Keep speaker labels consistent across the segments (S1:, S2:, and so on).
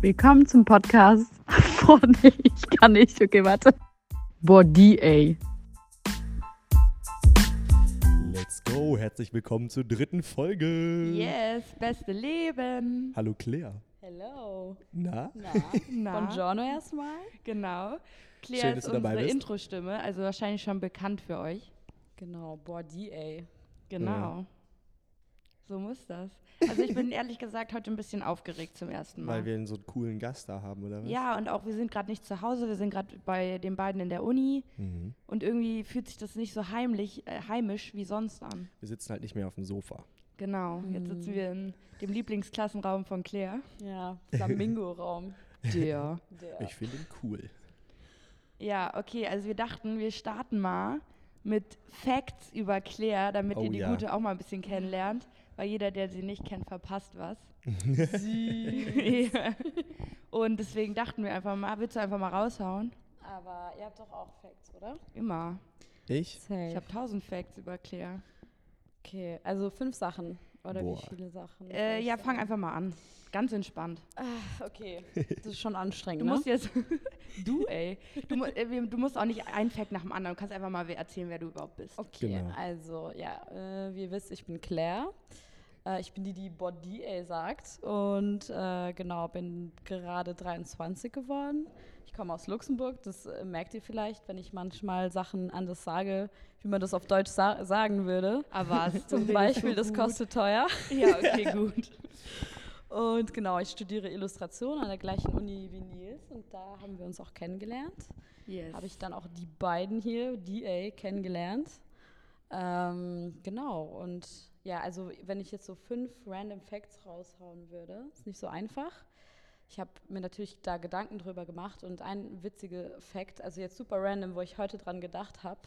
S1: Willkommen zum Podcast. Boah, nee, ich kann nicht. Okay, warte. Boah, die, ey.
S2: Let's go, herzlich willkommen zur dritten Folge.
S3: Yes, beste Leben.
S2: Hallo Claire.
S3: Hello.
S2: Na?
S3: Na,
S1: Na?
S3: Buongiorno erstmal. Genau. Claire
S2: Schön, dass
S3: ist
S2: du dabei
S3: unsere
S2: bist.
S3: Intro-Stimme, also wahrscheinlich schon bekannt für euch.
S1: Genau, boah, die, ey.
S3: Genau. So muss das. Also ich bin ehrlich gesagt heute ein bisschen aufgeregt zum ersten Mal.
S2: Weil wir einen so coolen Gast da haben, oder was?
S3: ja, und auch wir sind gerade nicht zu Hause, wir sind gerade bei den beiden in der Uni
S2: Mhm.
S3: und irgendwie fühlt sich das nicht so heimlich, äh, heimisch wie sonst an.
S2: Wir sitzen halt nicht mehr auf dem Sofa.
S3: Genau, jetzt sitzen wir in dem Lieblingsklassenraum von Claire.
S1: Ja, Flamingo-Raum.
S3: Der.
S2: Ich finde ihn cool.
S3: Ja, okay, also wir dachten, wir starten mal mit Facts über Claire, damit
S2: Oh
S3: ihr die
S2: ja.
S3: Gute auch mal ein bisschen kennenlernt, weil jeder, der sie nicht kennt, verpasst was. Ja. Und deswegen dachten wir einfach mal, willst du einfach mal raushauen?
S1: Aber ihr habt doch auch Facts, oder?
S3: Immer.
S2: Ich?
S3: Ich habe tausend Facts über Claire.
S1: Okay, also fünf Sachen. Oder
S2: Boah.
S1: wie viele Sachen?
S3: Äh, ja, fang einfach mal an. Ganz entspannt.
S1: Okay, das ist schon anstrengend,
S3: Du
S1: ne?
S3: musst jetzt. du, ey. Du, mu- äh, wir- du musst auch nicht einen Fact nach dem anderen. Du kannst einfach mal we- erzählen, wer du überhaupt bist.
S1: Okay,
S2: Genau.
S1: also ja, äh, wie ihr wisst, ich bin Claire. Äh, ich bin die, die Body ey sagt. Und äh, genau, bin gerade 23 geworden. Ich komme aus Luxemburg. Das äh, merkt ihr vielleicht, wenn ich manchmal Sachen anders sage, wie man das auf Deutsch sa sagen würde.
S3: Aber es
S1: Zum
S3: tut mir
S1: Beispiel,
S3: so
S1: das
S3: gut.
S1: kostet teuer.
S3: Ja, okay, gut.
S1: Und genau, ich studiere Illustration an der gleichen Uni wie Nils. Und da haben wir uns auch kennengelernt.
S3: Yes.
S1: habe ich dann auch die beiden hier, DA, kennengelernt. Ähm, genau, und ja, also wenn ich jetzt so fünf Random Facts raushauen würde, ist nicht so einfach. Ich habe mir natürlich da Gedanken drüber gemacht und ein witziger Fact, also jetzt super random, wo ich heute dran gedacht habe,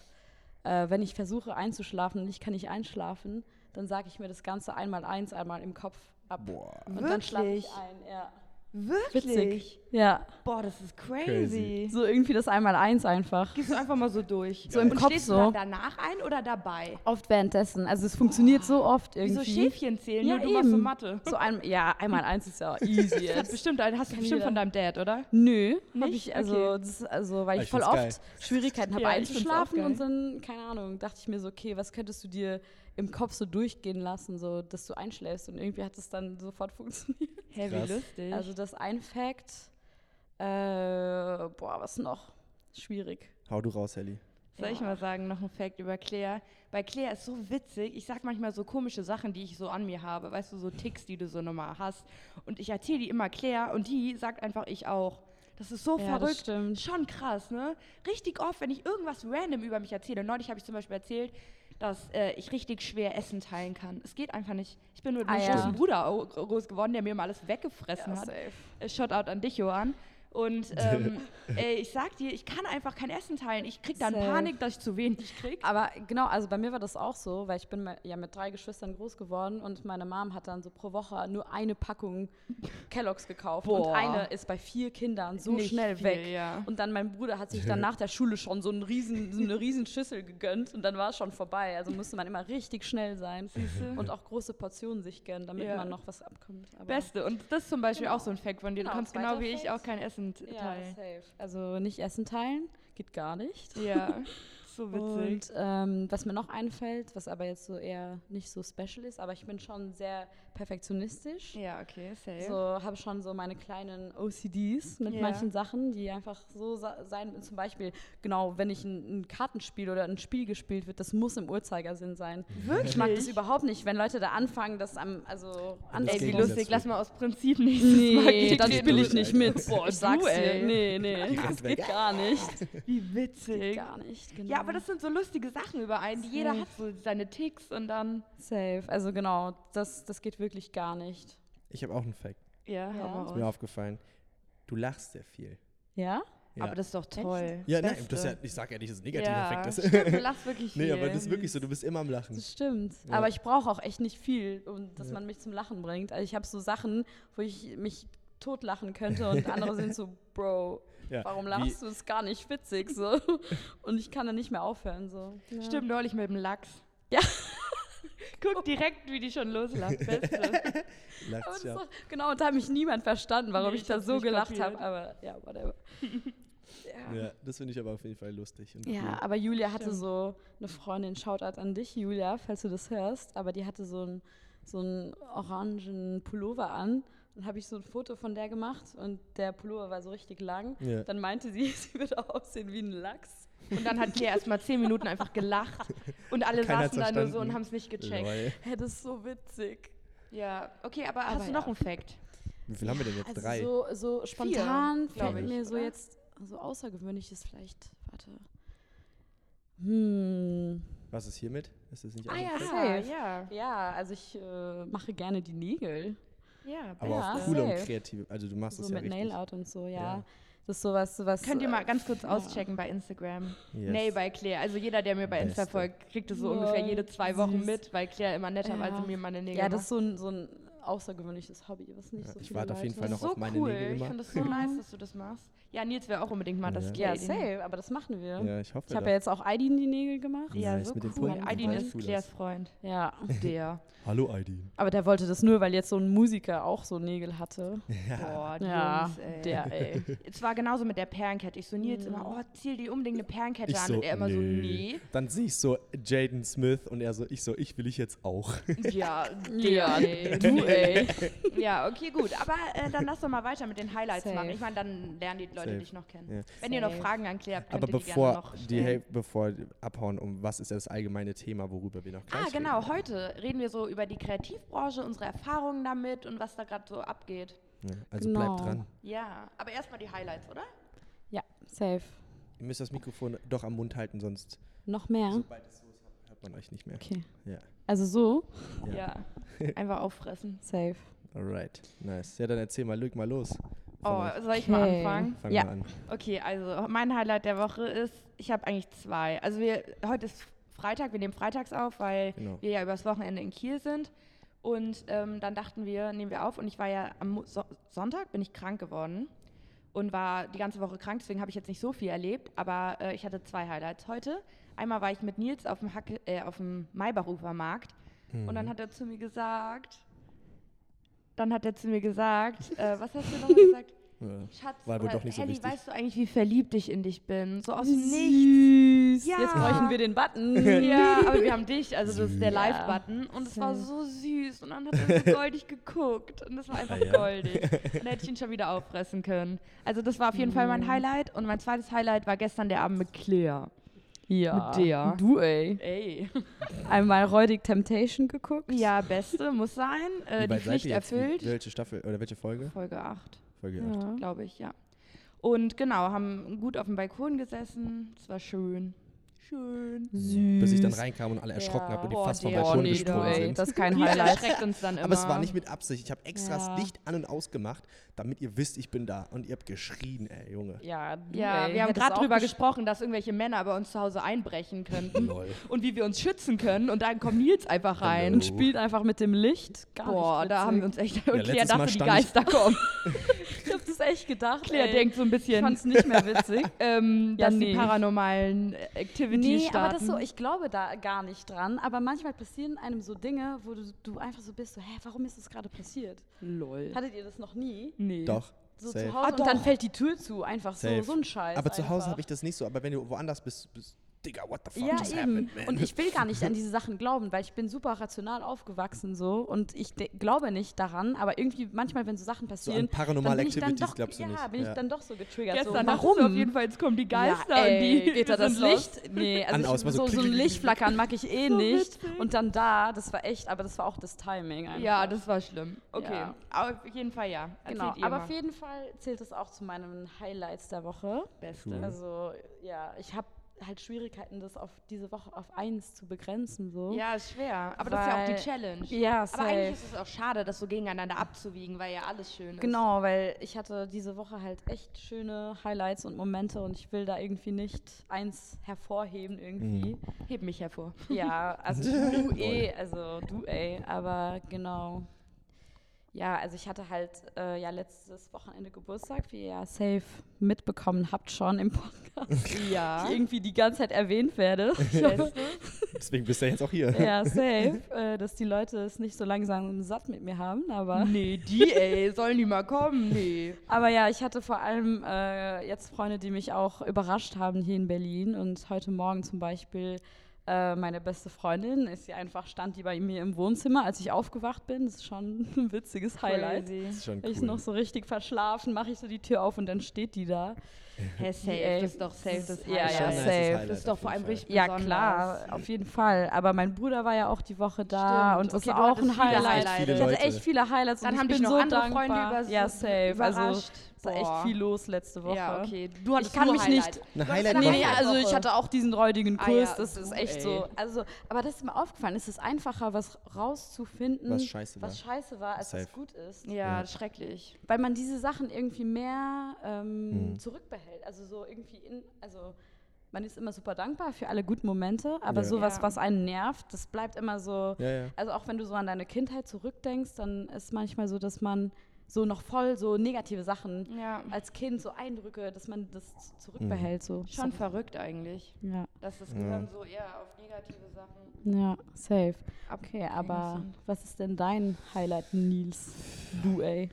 S1: äh, wenn ich versuche einzuschlafen und ich kann nicht einschlafen, dann sage ich mir das Ganze einmal eins, einmal im Kopf ab.
S2: Boah.
S1: Und dann schlafe ich
S3: Wirklich?
S1: ein, ja.
S3: Wirklich?
S1: Witzig. Ja,
S3: Boah, das ist crazy.
S2: Crazy.
S1: so irgendwie das einmal eins einfach.
S3: Gehst du einfach mal so durch.
S1: So im
S3: Und
S1: Kopf
S3: schläfst
S1: so.
S3: du dann danach ein oder dabei?
S1: Oft währenddessen. Also es funktioniert so oft
S3: Wie so
S1: irgendwie.
S3: Schäfchen zählen,
S1: Ja,
S3: nur du machst so
S1: eben.
S3: Mathe.
S1: So ein, ja, einmal eins ist ja easy
S3: Das
S1: jetzt.
S3: bestimmt, hast du bestimmt
S1: jeder.
S3: von deinem Dad, oder?
S1: Nö, hab
S3: Nicht?
S1: ich, also,
S3: Okay.
S1: das, also weil
S2: Ah,
S1: ich,
S2: ich
S1: voll
S2: find's
S1: oft
S2: geil.
S1: Schwierigkeiten habe
S3: Ja, ich find's auch
S1: einzuschlafen und
S3: geil.
S1: dann, keine Ahnung, dachte ich mir so, okay, was könntest du dir im Kopf so durchgehen lassen, so dass du einschläfst und irgendwie hat es dann sofort funktioniert.
S3: Hä,
S2: Krass.
S3: wie lustig.
S1: Also das ein Fact, äh, boah, was noch? Schwierig.
S2: Hau du raus, Ellie.
S3: Soll ich mal sagen, noch ein Fact über Claire? Bei Claire ist so witzig, ich sag manchmal so komische Sachen, die ich so an mir habe. Weißt du, so Ticks, die du so nochmal hast. Und ich erzähle die immer Claire und die sagt einfach ich auch. Das ist so
S1: Ja, das
S3: verrückt.
S1: stimmt.
S3: Schon krass, ne? Richtig oft, wenn ich irgendwas random über mich erzähle. Neulich habe ich zum Beispiel erzählt, dass äh, ich richtig schwer Essen teilen kann. Es geht einfach nicht. Ich bin mit
S1: Ah,
S3: meinem
S1: ja.
S3: großen Bruder au- groß geworden, der mir immer alles weggefressen hat.
S1: safe.
S3: Äh, Shoutout an dich, Johann. Und ähm, ey, ich sag dir, ich kann einfach kein Essen teilen. Ich krieg dann
S1: Safe.
S3: Panik, dass ich zu wenig krieg.
S1: Aber genau, also bei mir war das auch so, weil ich bin mal- ja mit drei Geschwistern groß geworden und meine Mom hat dann so pro Woche nur eine Packung Kelloggs gekauft und
S3: Boah.
S1: eine ist bei vier Kindern so
S3: Nicht
S1: schnell
S3: viel,
S1: weg.
S3: ja.
S1: Und dann mein Bruder hat sich dann nach der Schule schon so, einen riesen, so eine riesen Schüssel gegönnt und dann war es schon vorbei. Also musste man immer richtig schnell sein und auch große Portionen sich gönnen, damit
S3: Ja.
S1: man noch was abkommt. Aber
S3: Beste. Und das ist zum Beispiel auch so ein Fact von dir. Du
S1: Genau,
S3: kannst
S1: zweiter
S3: genau wie ich
S1: Fact.
S3: auch kein Essen t-
S1: ja,
S3: teilen.
S1: safe. Also nicht Essen teilen geht gar nicht.
S3: Ja, so witzig.
S1: Und ähm, was mir noch einfällt, was aber jetzt so eher nicht so special ist, aber ich bin schon sehr perfektionistisch.
S3: ja, okay, safe.
S1: So habe schon so meine kleinen OCDs mit
S3: Ja.
S1: manchen Sachen, die einfach so sa- sein. Zum Beispiel, genau, wenn ich ein, ein Kartenspiel oder ein Spiel gespielt wird, das muss im Uhrzeigersinn sein.
S3: Wirklich?
S1: Ich mag das überhaupt nicht, wenn Leute da anfangen, das am, also
S3: Ey, wie
S2: Gegensätze.
S3: lustig. Lass mal aus Prinzip nächstes Mal
S1: Nee,
S3: gegen
S1: dann
S3: den
S1: spiele ich
S3: durch.
S1: nicht mit.
S3: Boah,
S1: ich sag's
S3: du,
S1: dir.
S3: ey.
S1: Nee, nee,
S2: rennt
S1: das
S2: weg.
S1: geht gar nicht.
S3: Wie
S1: Geht
S3: witzig.
S1: gar nicht, genau.
S3: Ja, aber das sind so lustige Sachen über einen. die Jeder
S1: Safe.
S3: hat so seine Ticks und dann.
S1: Safe, also genau, das, das geht wirklich gar nicht.
S2: Ich habe auch einen Fact.
S3: Ja,
S1: Ja.
S3: hau mal
S2: Ist
S3: raus.
S2: mir aufgefallen. Du lachst sehr viel.
S1: Ja?
S2: Ja.
S3: Aber das ist doch toll.
S2: ja, nein, das ist ja,
S3: Beste.
S2: ich sag ja nicht, das ist ein negativer
S3: ja.
S2: Fact. Das
S3: Stimmt, du lachst wirklich viel.
S2: nee, aber das ist wirklich so, du bist immer am Lachen.
S1: Das stimmt.
S2: Hm. Ja.
S1: Aber ich brauche auch echt nicht viel, um, dass man mich zum Lachen bringt. Also ich habe so Sachen, wo ich mich totlachen könnte und andere sind so, Bro,
S2: Ja,
S1: warum
S2: wie-
S1: lachst du? Ist gar nicht witzig so. Und ich kann dann nicht mehr aufhören so. Ja.
S3: Stimmt, neulich mit dem Lachs.
S1: Ja.
S3: Guck direkt, wie die schon loslacht. Beste.
S1: Aber
S2: Lacht's
S1: das
S2: ja.
S1: ist so, genau, und da hat mich niemand verstanden, warum
S3: Nee,
S1: ich
S3: ich
S1: da
S3: hab's
S1: so
S3: nicht
S1: gelacht habe.
S3: kapiert.
S1: Aber ja, whatever. ja.
S2: Ja, das finde ich aber auf jeden Fall lustig. Und
S1: Ja,
S2: cool.
S1: aber Julia hatte
S3: Stimmt.
S1: so eine Freundin, Shoutout an dich, Julia, falls du das hörst, aber die hatte so einen so einen orangen Pullover an. Dann habe ich so ein Foto von der gemacht und der Pullover war so richtig lang.
S2: Ja.
S1: Dann meinte sie, sie würde aussehen wie ein Lachs.
S3: Und dann hat Claire erst mal zehn Minuten einfach gelacht. Und alle
S2: Keiner hat's
S3: saßen da nur so
S2: verstanden.
S3: und haben es nicht gecheckt.
S2: Lol.
S1: Hä, das ist so witzig.
S3: Ja, okay, aber,
S1: Aber
S3: hast du noch
S1: ja.
S3: einen Fact?
S2: Wie viel haben wir denn jetzt?
S1: Also
S2: Drei.
S1: so, so spontan
S3: glaub
S1: fällt
S2: ich,
S1: mir so
S3: oder?
S1: jetzt so außergewöhnlich ist vielleicht, warte. Hm.
S2: Was ist hiermit? Ist das nicht
S1: Ah,
S2: auch ein
S1: ja.
S2: Fact?
S1: Safe.
S3: ja.
S1: Ja, also ich äh, mache gerne die Nägel.
S3: Ja,
S2: Aber
S1: Ja,
S2: auch coole und
S1: safe.
S2: kreative. Also du machst
S1: So
S2: das ja
S1: mit
S2: richtig.
S1: Nail-Art und so, ja.
S2: Ja.
S1: Das ist sowas, was.
S3: Könnt ihr
S1: äh,
S3: mal ganz kurz
S1: ja.
S3: auschecken bei Instagram?
S2: Yes.
S3: Nee, bei Claire. Also jeder, der mir bei Insta
S2: Beste.
S3: folgt, kriegt es so
S1: Lol,
S3: ungefähr jede zwei Wochen
S1: süß.
S3: mit, weil Claire immer netterweise
S1: Ja.
S3: mir meine Nägel
S1: Ja, das ist so ein, so ein außergewöhnliches Hobby, was nicht
S2: Ja,
S1: so
S2: ich
S1: viele
S2: warte auf
S1: Leute
S2: jeden Fall noch
S3: so
S2: auf meine
S3: cool.
S2: Nägel
S3: ich
S2: immer.
S3: finde das so nice, dass du das machst. Ja, Nils wäre auch unbedingt mal, dass
S2: Ja.
S1: Ja,
S3: Claire den-
S1: safe, aber das machen wir.
S2: Ja, ich hoffe.
S1: Ich habe
S2: doch.
S1: ja jetzt auch Aidin die Nägel gemacht.
S2: Ja,
S3: Ja,
S2: ist
S3: so
S2: mit
S3: cool.
S2: den Punkten
S3: Aidin
S2: sieht
S3: ist
S2: cool aus.
S3: Claires Freund.
S1: Ja.
S3: Der.
S2: Hallo Aidin.
S1: Aber der wollte das nur, weil jetzt so ein Musiker auch so Nägel hatte.
S3: Boah, die
S1: Ja,
S3: Jungs, ey.
S1: der, Mhm. ey.
S3: Es war genauso mit der Perlenkette. Ich so, Nils immer, oh, ziel die unbedingt eine Perlenkette an. und er immer so, nee.
S2: Dann sehe ich so Jaden Smith und er so, ich so, ich will ich jetzt auch.
S3: Ja,
S1: Ja,
S3: der, ey.
S1: du, ey.
S3: Ja, okay, gut. Aber äh, dann lass doch mal weiter mit den Highlights
S1: Safe.
S3: machen. Ich meine, dann lernen die Leute
S2: Safe.
S3: dich noch kennen.
S2: Ja.
S3: Wenn ihr noch
S1: Safe.
S3: Fragen an Claire habt, könnt
S2: Aber
S3: ihr die gerne
S2: bevor
S3: noch
S2: die,
S3: stellen.
S2: hey, bevor die abhauen, um was ist das allgemeine Thema, worüber wir noch gleich
S3: Ah, genau.
S2: Reden?
S3: Heute reden wir so über die Kreativbranche, unsere Erfahrungen damit und was da gerade so abgeht.
S2: Ja, also
S1: Genau.
S2: bleibt dran.
S3: Ja, aber erstmal die Highlights, oder?
S1: Ja, safe.
S2: Ihr müsst das Mikrofon doch am Mund halten, sonst
S1: Noch mehr?
S2: sobald es so ist, hört man euch nicht mehr.
S1: Okay.
S2: Ja,
S1: Also so?
S3: Ja. Einfach auffressen.
S1: Safe.
S2: alright. Nice. Ja, dann erzähl mal, lüg mal los.
S3: Oh,
S2: Von euch.
S3: soll ich mal
S1: Okay.
S3: anfangen?
S2: Fang
S1: ja.
S2: mal an.
S3: Okay, also mein Highlight der Woche ist, ich habe eigentlich zwei. Also wir, heute ist Freitag, wir nehmen freitags auf, weil
S2: Genau.
S3: wir ja übers Wochenende in Kiel sind. Und ähm, dann dachten wir, nehmen wir auf. Und ich war ja am Mo- so Sonntag bin ich krank geworden und war die ganze Woche krank. Deswegen habe ich jetzt nicht so viel erlebt, aber äh, ich hatte zwei Highlights heute. Einmal war ich mit Nils auf dem, Hacke, äh, auf dem Maybach-Ufermarkt und dann hat er zu mir gesagt, dann hat er zu mir gesagt, äh, was hast du nochmal gesagt?
S2: Ja.
S3: Schatz,
S2: War wohl
S3: oder
S2: doch nicht so
S3: Helly,
S2: wichtig.
S3: weißt du eigentlich, wie verliebt ich in dich bin? So aus dem Nichts.
S1: Süß.
S3: Ja.
S1: Jetzt bräuchten wir den Button.
S3: Ja, aber wir haben dich, also das ist der
S1: Süß.
S3: Live-Button. Und es war
S1: Süß.
S3: so süß. Und dann hat er so goldig geguckt. Und das war einfach
S2: Ah, ja.
S3: goldig. Und da hätte ich ihn schon wieder auffressen können. Also das war auf jeden Fall mein Highlight. Und mein zweites Highlight war gestern der Abend mit Claire.
S1: Ja.
S3: Mit der.
S1: Du, ey.
S3: Ey.
S1: Einmal Räudig Temptation geguckt.
S3: Ja, Beste, muss sein. Äh,
S2: Wie
S3: die
S2: weit seid
S3: Pflicht
S2: ihr jetzt? Wie-
S3: erfüllt.
S2: Welche Staffel oder welche Folge?
S3: Folge 8.
S2: Folge 8.
S1: Ja.
S3: glaube ich, ja. Und genau, haben gut auf dem Balkon gesessen. Es war schön. Schön.
S1: Süß.
S2: Bis ich dann reinkam und alle erschrocken
S1: Ja.
S2: habe und die
S3: Boah,
S2: fast vom
S3: der-
S2: Balkon
S3: Oh, nee, du,
S2: gesprungen
S3: ey,
S2: sind.
S1: Das ist kein
S3: Nils
S1: Highlight.
S3: erschreckt uns dann immer.
S2: Aber es war nicht mit Absicht. Ich habe extra
S1: Ja.
S2: das Licht an und ausgemacht, damit ihr wisst, ich bin da. Und ihr habt geschrien, ey, Junge.
S1: Ja, du,
S3: Ja,
S1: ey.
S3: wir haben
S1: Hättest
S3: gerade
S1: auch
S3: drüber
S1: gesch-
S3: gesprochen, dass irgendwelche Männer bei uns zu Hause einbrechen könnten
S2: Lol.
S3: und wie wir uns schützen können. Und dann kommt Nils einfach rein.
S1: Und spielt einfach mit dem Licht. Gar
S3: Boah,
S1: nicht
S3: da haben wir
S1: witzig.
S3: uns echt. Und Claire
S2: letztes Mal
S3: dachte, die
S2: stand ich-
S3: Geister kommen.
S1: Ich hab das echt gedacht.
S3: Claire
S1: ey.
S3: denkt so ein
S1: ich
S3: bisschen,
S1: fand's nicht mehr witzig.
S3: ähm,
S1: Ja,
S3: dass
S1: nee.
S3: die paranormalen Activities
S1: Nee,
S3: starten.
S1: aber das so, ich glaube da gar nicht dran. Aber manchmal passieren einem so Dinge, wo du, du einfach so bist, so, hä, warum ist das gerade passiert?
S3: Lol.
S1: Hattet ihr das noch nie?
S3: Nee.
S2: Doch.
S1: So
S2: safe.
S1: zu Hause
S3: Ah,
S1: und dann
S3: doch.
S1: fällt die Tür zu, einfach so,
S2: Safe.
S1: so ein Scheiß.
S2: Aber zu Hause
S1: einfach.
S2: habe ich das nicht so. Aber wenn du woanders bist, bist Digga, what the fuck
S1: Ja,
S2: just
S1: eben.
S2: happened, man?
S1: Und ich will gar nicht an diese Sachen glauben, weil ich bin super rational aufgewachsen so und ich de- glaube nicht daran, aber irgendwie manchmal, wenn so Sachen passieren, dann
S2: paranormale
S1: bin ich dann
S2: Activities
S1: doch,
S2: glaubst du
S1: ja,
S2: nicht,
S1: bin ich
S2: ja.
S1: dann doch so getriggert.
S3: Gestern
S1: so,
S3: dachtest
S1: warum?
S3: du auf jeden Fall, jetzt kommen die Geister
S1: ja, ey,
S3: und die
S1: geht da
S3: wir
S1: das
S3: sind los.
S1: Licht? Nee, also
S2: An,
S1: ich,
S2: aus, war
S1: so,
S2: so
S1: so ein
S2: klick, klick, klick,
S1: Lichtflackern mag ich eh
S3: So
S1: nicht.
S3: witzig.
S1: Und dann da, das war echt, aber das war auch das Timing einfach.
S3: Ja, das eh war schlimm. Okay.
S1: Ja.
S3: Auf jeden Fall ja. Erzählt
S1: genau.
S3: ihr
S1: Aber
S3: mal.
S1: auf jeden Fall zählt das auch zu meinen Highlights der Woche.
S3: Beste.
S2: Cool.
S1: Also ja, ich habe halt Schwierigkeiten, das auf diese Woche auf eins zu begrenzen so.
S3: Ja, ist schwer. Aber das ist ja auch die
S1: Weil-
S3: Challenge.
S1: Ja,
S3: Aber
S1: safe.
S3: eigentlich ist es auch schade, das so gegeneinander abzuwiegen, weil ja alles schön ist.
S1: Genau, weil ich hatte diese Woche halt echt schöne Highlights und Momente und ich will da irgendwie nicht eins hervorheben irgendwie.
S3: Heb mich hervor.
S1: Ja, also du eh, also du ey, aber genau. Ja, also ich hatte halt äh, ja letztes Wochenende Geburtstag, wie ihr ja safe mitbekommen habt schon im Podcast,
S3: Ja.
S1: ich irgendwie die ganze Zeit erwähnt werde.
S2: Deswegen bist du ja jetzt auch hier.
S1: ja, safe, äh, dass die Leute es nicht so langsam satt mit mir haben, aber
S3: nee, die, ey, sollen die mal kommen? Nee.
S1: Aber ja, ich hatte vor allem äh, jetzt Freunde, die mich auch überrascht haben hier in Berlin. Und heute Morgen zum Beispiel äh, meine beste Freundin ist sie einfach, stand die bei mir im Wohnzimmer, als ich aufgewacht bin. Das ist schon ein witziges Highlight.
S3: Crazy.
S2: Das ist schon
S1: Ich ist noch
S2: cool.
S1: so richtig verschlafen, mache ich so die Tür auf und dann steht die da.
S3: Hä, safe,
S1: Ey,
S3: das ist doch safe, das
S1: ja, ja,
S3: Highlight.
S1: Schon ein nices safe.
S2: Highlight
S3: Das ist doch
S2: auf
S3: vor
S2: jeden
S3: allem
S2: Fall.
S3: richtig
S1: Ja,
S3: besonders.
S1: klar, auf jeden Fall. Aber mein Bruder war ja auch die Woche da
S3: Stimmt.
S1: und das
S3: Okay,
S1: war
S3: du
S1: auch
S3: hattest
S1: ein
S3: viele
S1: Highlight.
S2: Viele
S1: ich hatte
S2: Leute.
S1: echt viele Highlights.
S3: Dann
S1: und
S3: haben
S1: ich
S3: dich
S1: bin
S3: noch
S1: so
S3: andere
S1: dankbar.
S3: Freunde übers-
S1: Ja, safe. Also,
S3: überrascht.
S1: es war echt
S3: Boah.
S1: viel los letzte Woche.
S3: Ja, okay. Du hattest
S1: kann
S3: nur
S1: mich nicht-
S3: Highlight.
S2: Ein
S3: Du
S2: Highlight
S3: hattest
S1: Nee,
S2: war-
S3: eine
S1: nee, also ich hatte auch diesen räudigen
S3: Ah,
S1: Kurs,
S3: ja,
S1: das
S3: du,
S1: ist echt
S3: ey.
S1: so. Also, aber das ist mir aufgefallen, es ist einfacher, was rauszufinden,
S2: Was scheiße
S1: was scheiße war, als was
S2: Safe.
S1: gut ist.
S3: Ja,
S2: Ja.
S3: schrecklich.
S1: Weil man diese Sachen irgendwie mehr ähm,
S2: Mhm.
S1: zurückbehält. Also so irgendwie in, also man ist immer super dankbar für alle guten Momente, aber
S2: Ja.
S1: sowas,
S3: Ja.
S1: was einen nervt, das bleibt immer so.
S2: Ja, ja.
S1: Also auch wenn du so an deine Kindheit zurückdenkst, dann ist manchmal so, dass man so noch voll so negative Sachen
S3: Ja.
S1: als Kind so Eindrücke, dass man das zurückbehält. So.
S3: Mhm. Schon verrückt eigentlich,
S1: Ja.
S3: dass das Gehirn so eher auf negative Sachen
S1: Ja, safe.
S3: ab
S1: Okay, aber was ist denn dein Highlight, Nils? Du, ey.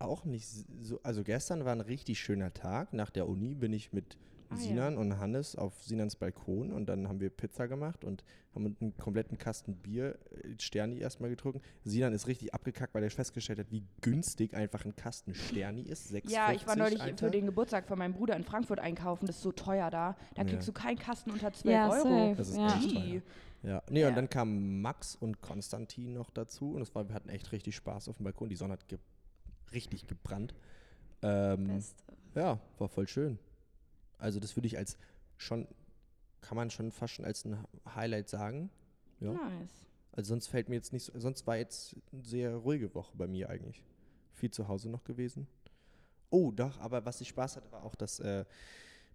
S2: Auch nicht so. Also gestern war ein richtig schöner Tag. Nach der Uni bin ich mit
S3: Ah, ja.
S2: Sinan und Hannes auf Sinans Balkon und dann haben wir Pizza gemacht und haben uns einen kompletten Kasten Bier, äh, Sterni erstmal getrunken. Sinan ist richtig abgekackt, weil er festgestellt hat, wie günstig einfach ein Kasten Sterni ist. 6,50,
S3: Ja, ich war neulich
S2: Alter.
S3: für den Geburtstag von meinem Bruder in Frankfurt einkaufen. Das ist so teuer da. Da
S2: Ja.
S3: kriegst du keinen Kasten unter 12
S1: Ja,
S3: Euro.
S1: safe.
S2: Das ist
S1: Ja.
S2: echt
S3: Gee.
S2: teuer. Ja, nee,
S3: Ja.
S2: und dann kamen Max und Konstantin noch dazu und es war, wir hatten echt richtig Spaß auf dem Balkon. Die Sonne hat ge richtig gebrannt. Ähm, ja, war voll schön. Also das würde ich als schon, kann man schon fast schon als ein Highlight sagen. Ja.
S3: Nice.
S2: Also sonst fällt mir jetzt nicht so, sonst war jetzt eine sehr ruhige Woche bei mir eigentlich. Viel zu Hause noch gewesen. Oh, doch, aber was ich Spaß hatte, war auch das, äh,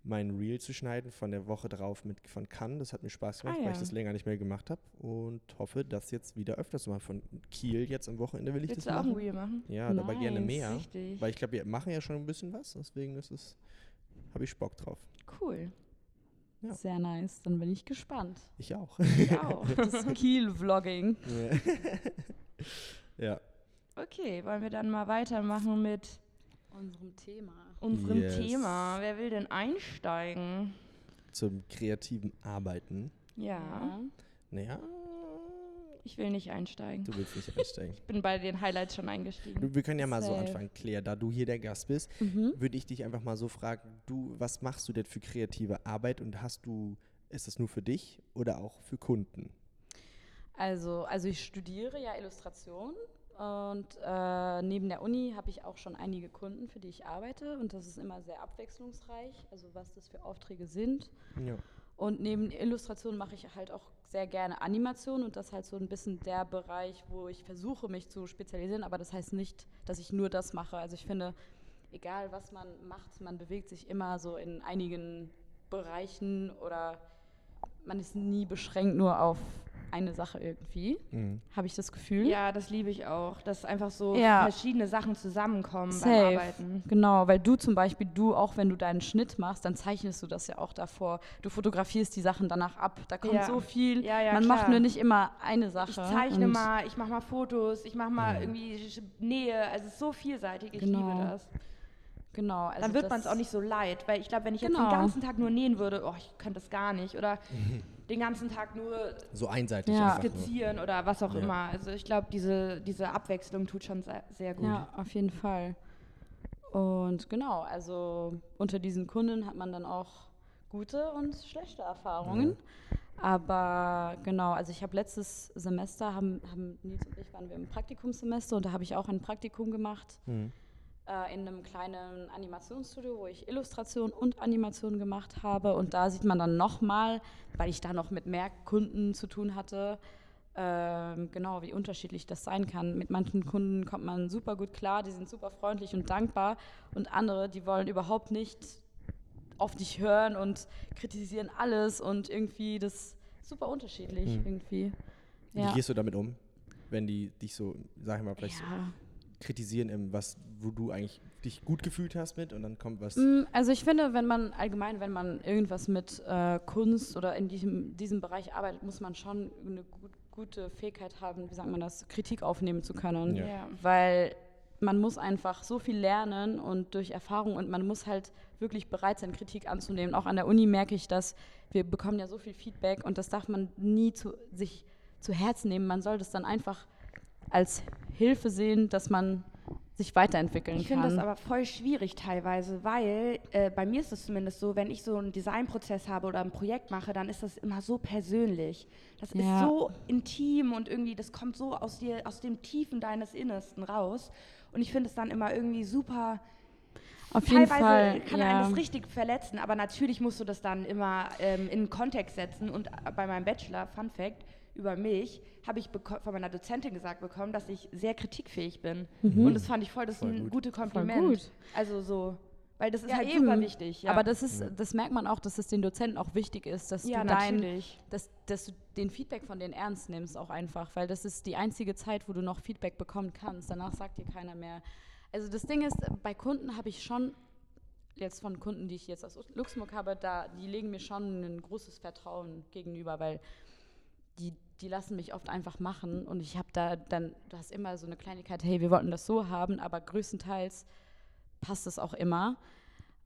S2: mein Reel zu schneiden von der Woche drauf mit von Cannes. Das hat mir Spaß gemacht,
S3: Ah,
S2: weil
S3: ja.
S2: ich das länger nicht mehr gemacht habe und hoffe, das jetzt wieder öfters mal von Kiel jetzt am Wochenende will ich
S3: Willst du
S2: das
S3: auch ein
S2: machen.
S3: Wheel machen?
S2: Ja, dabei gerne
S1: Nice,
S2: mehr.
S3: Richtig.
S2: Weil ich glaube, wir machen ja schon ein bisschen was, deswegen ist es, habe ich Bock drauf.
S3: Cool.
S2: Ja.
S1: Sehr nice, dann bin ich gespannt.
S2: Ich auch.
S3: Ich auch.
S1: Das Kiel-Vlogging.
S2: ja.
S3: Okay, wollen wir dann mal weitermachen mit
S1: Unserem Thema.
S3: unserem
S2: Yes.
S3: Thema. Wer will denn einsteigen?
S2: Zum kreativen Arbeiten.
S3: Ja,
S2: Naja,
S3: ich will nicht einsteigen.
S2: du willst nicht einsteigen.
S3: Ich bin bei den Highlights schon eingestiegen.
S2: Du- Wir können ja mal so
S1: Safe.
S2: anfangen, Claire. Da du hier der Gast bist,
S1: Mhm.
S2: würde ich dich einfach mal so fragen: Du, was machst du denn für kreative Arbeit und hast du, ist das nur für dich oder auch für Kunden?
S1: Also, also ich studiere ja Illustration und äh, neben der Uni habe ich auch schon einige Kunden, für die ich arbeite und das ist immer sehr abwechslungsreich, also was das für Aufträge sind.
S2: Ja.
S1: Und neben Illustration mache ich halt auch sehr gerne Animation und das ist halt so ein bisschen der Bereich, wo ich versuche, mich zu spezialisieren, aber das heißt nicht, dass ich nur das mache. Also ich finde, egal was man macht, man bewegt sich immer so in einigen Bereichen oder man ist nie beschränkt nur auf eine Sache irgendwie,
S2: Mhm.
S1: habe ich das Gefühl.
S3: Ja, das liebe ich auch, dass einfach so
S1: Ja.
S3: verschiedene Sachen zusammenkommen um beim Arbeiten.
S1: Genau, weil du zum Beispiel, du auch wenn du deinen Schnitt machst, dann zeichnest du das ja auch davor. Du fotografierst die Sachen danach ab. Da kommt
S3: Ja.
S1: so viel.
S3: Ja, ja,
S1: Man
S3: klar.
S1: macht nur nicht immer eine Sache.
S3: Ich zeichne
S1: Und
S3: mal, ich mache mal Fotos, ich mache mal irgendwie Sch- Nähe, also es ist so vielseitig, ich
S1: Genau.
S3: liebe das.
S1: Genau. Also
S3: Dann wird
S1: das-
S3: man es auch nicht so leid, weil ich glaube, wenn ich jetzt
S1: Genau.
S3: den ganzen Tag nur nähen würde, oh, ich könnte das gar nicht oder den ganzen Tag nur
S2: So einseitig
S1: Ja.
S2: einfach. Nur.
S3: skizzieren oder was auch
S2: Ja.
S3: immer. Also ich glaube, diese, diese Abwechslung tut schon se- sehr gut.
S1: Ja, auf jeden Fall. Und genau, also unter diesen Kunden hat man dann auch gute und schlechte Erfahrungen. Aber genau, also ich habe letztes Semester, haben, haben Nils und ich waren wir im Praktikumssemester und da habe ich auch ein Praktikum gemacht
S2: Mhm.
S1: äh, in einem kleinen Animationsstudio, wo ich Illustration und Animation gemacht habe. Und da sieht man dann nochmal, weil ich da noch mit mehr Kunden zu tun hatte, ähm, genau, wie unterschiedlich das sein kann. Mit manchen Kunden kommt man super gut klar, die sind super freundlich und dankbar. Und andere, die wollen überhaupt nicht auf dich hören und kritisieren alles und irgendwie das ist super unterschiedlich irgendwie.
S2: Wie gehst du damit um? wenn die dich so, sag ich mal, vielleicht so
S1: Ja.
S2: kritisieren, im was, wo du eigentlich dich gut gefühlt hast mit und dann kommt was.
S1: Mm, Also ich finde, wenn man allgemein, wenn man irgendwas mit äh, Kunst oder in diesem, diesem Bereich arbeitet, muss man schon eine gut, gute Fähigkeit haben, wie sagt man das, Kritik aufnehmen zu können.
S2: Ja.
S3: Ja.
S1: Weil man muss einfach so viel lernen und durch Erfahrung und man muss halt wirklich bereit sein, Kritik anzunehmen. Auch an der Uni merke ich das, wir bekommen ja so viel Feedback und das darf man nie zu, sich zu Herzen nehmen. Man soll das dann einfach als Hilfe sehen, dass man sich weiterentwickeln
S3: Ich
S1: kann.
S3: finde das aber voll schwierig teilweise, weil äh, bei mir ist es zumindest so, wenn ich so einen Designprozess habe oder ein Projekt mache, dann ist das immer so persönlich. Das ist
S1: Ja.
S3: so intim und irgendwie, das kommt so aus dir, aus dem Tiefen deines Innersten raus. Und ich finde es dann immer irgendwie super.
S1: Auf jeden
S3: teilweise
S1: Fall
S3: kann
S1: ja.
S3: einen das richtig verletzen, aber natürlich musst du das dann immer ähm, in den Kontext setzen. Und äh, bei meinem Bachelor, Fun Fact, über mich, habe ich beko- von meiner Dozentin gesagt bekommen, dass ich sehr kritikfähig bin. Und das fand ich Mhm. voll, das
S2: Voll
S3: ist ein
S2: gut.
S3: gutes Kompliment.
S1: gut.
S3: Also so, weil das ist
S1: Ja,
S3: halt
S1: eben.
S3: super wichtig. Ja.
S1: Aber das ist, das merkt man auch, dass es den Dozenten auch wichtig ist, dass
S3: ja,
S1: du dein,
S3: natürlich.
S1: dass, dass du den Feedback von denen ernst nimmst auch einfach, weil das ist die einzige Zeit, wo du noch Feedback bekommen kannst. Danach sagt dir keiner mehr. Also das Ding ist, bei Kunden habe ich schon jetzt von Kunden, die ich jetzt aus Luxemburg habe, da die legen mir schon ein großes Vertrauen gegenüber, weil die, die lassen mich oft einfach machen und ich habe da dann, du hast immer so eine Kleinigkeit, hey, wir wollten das so haben, aber größtenteils passt es auch immer.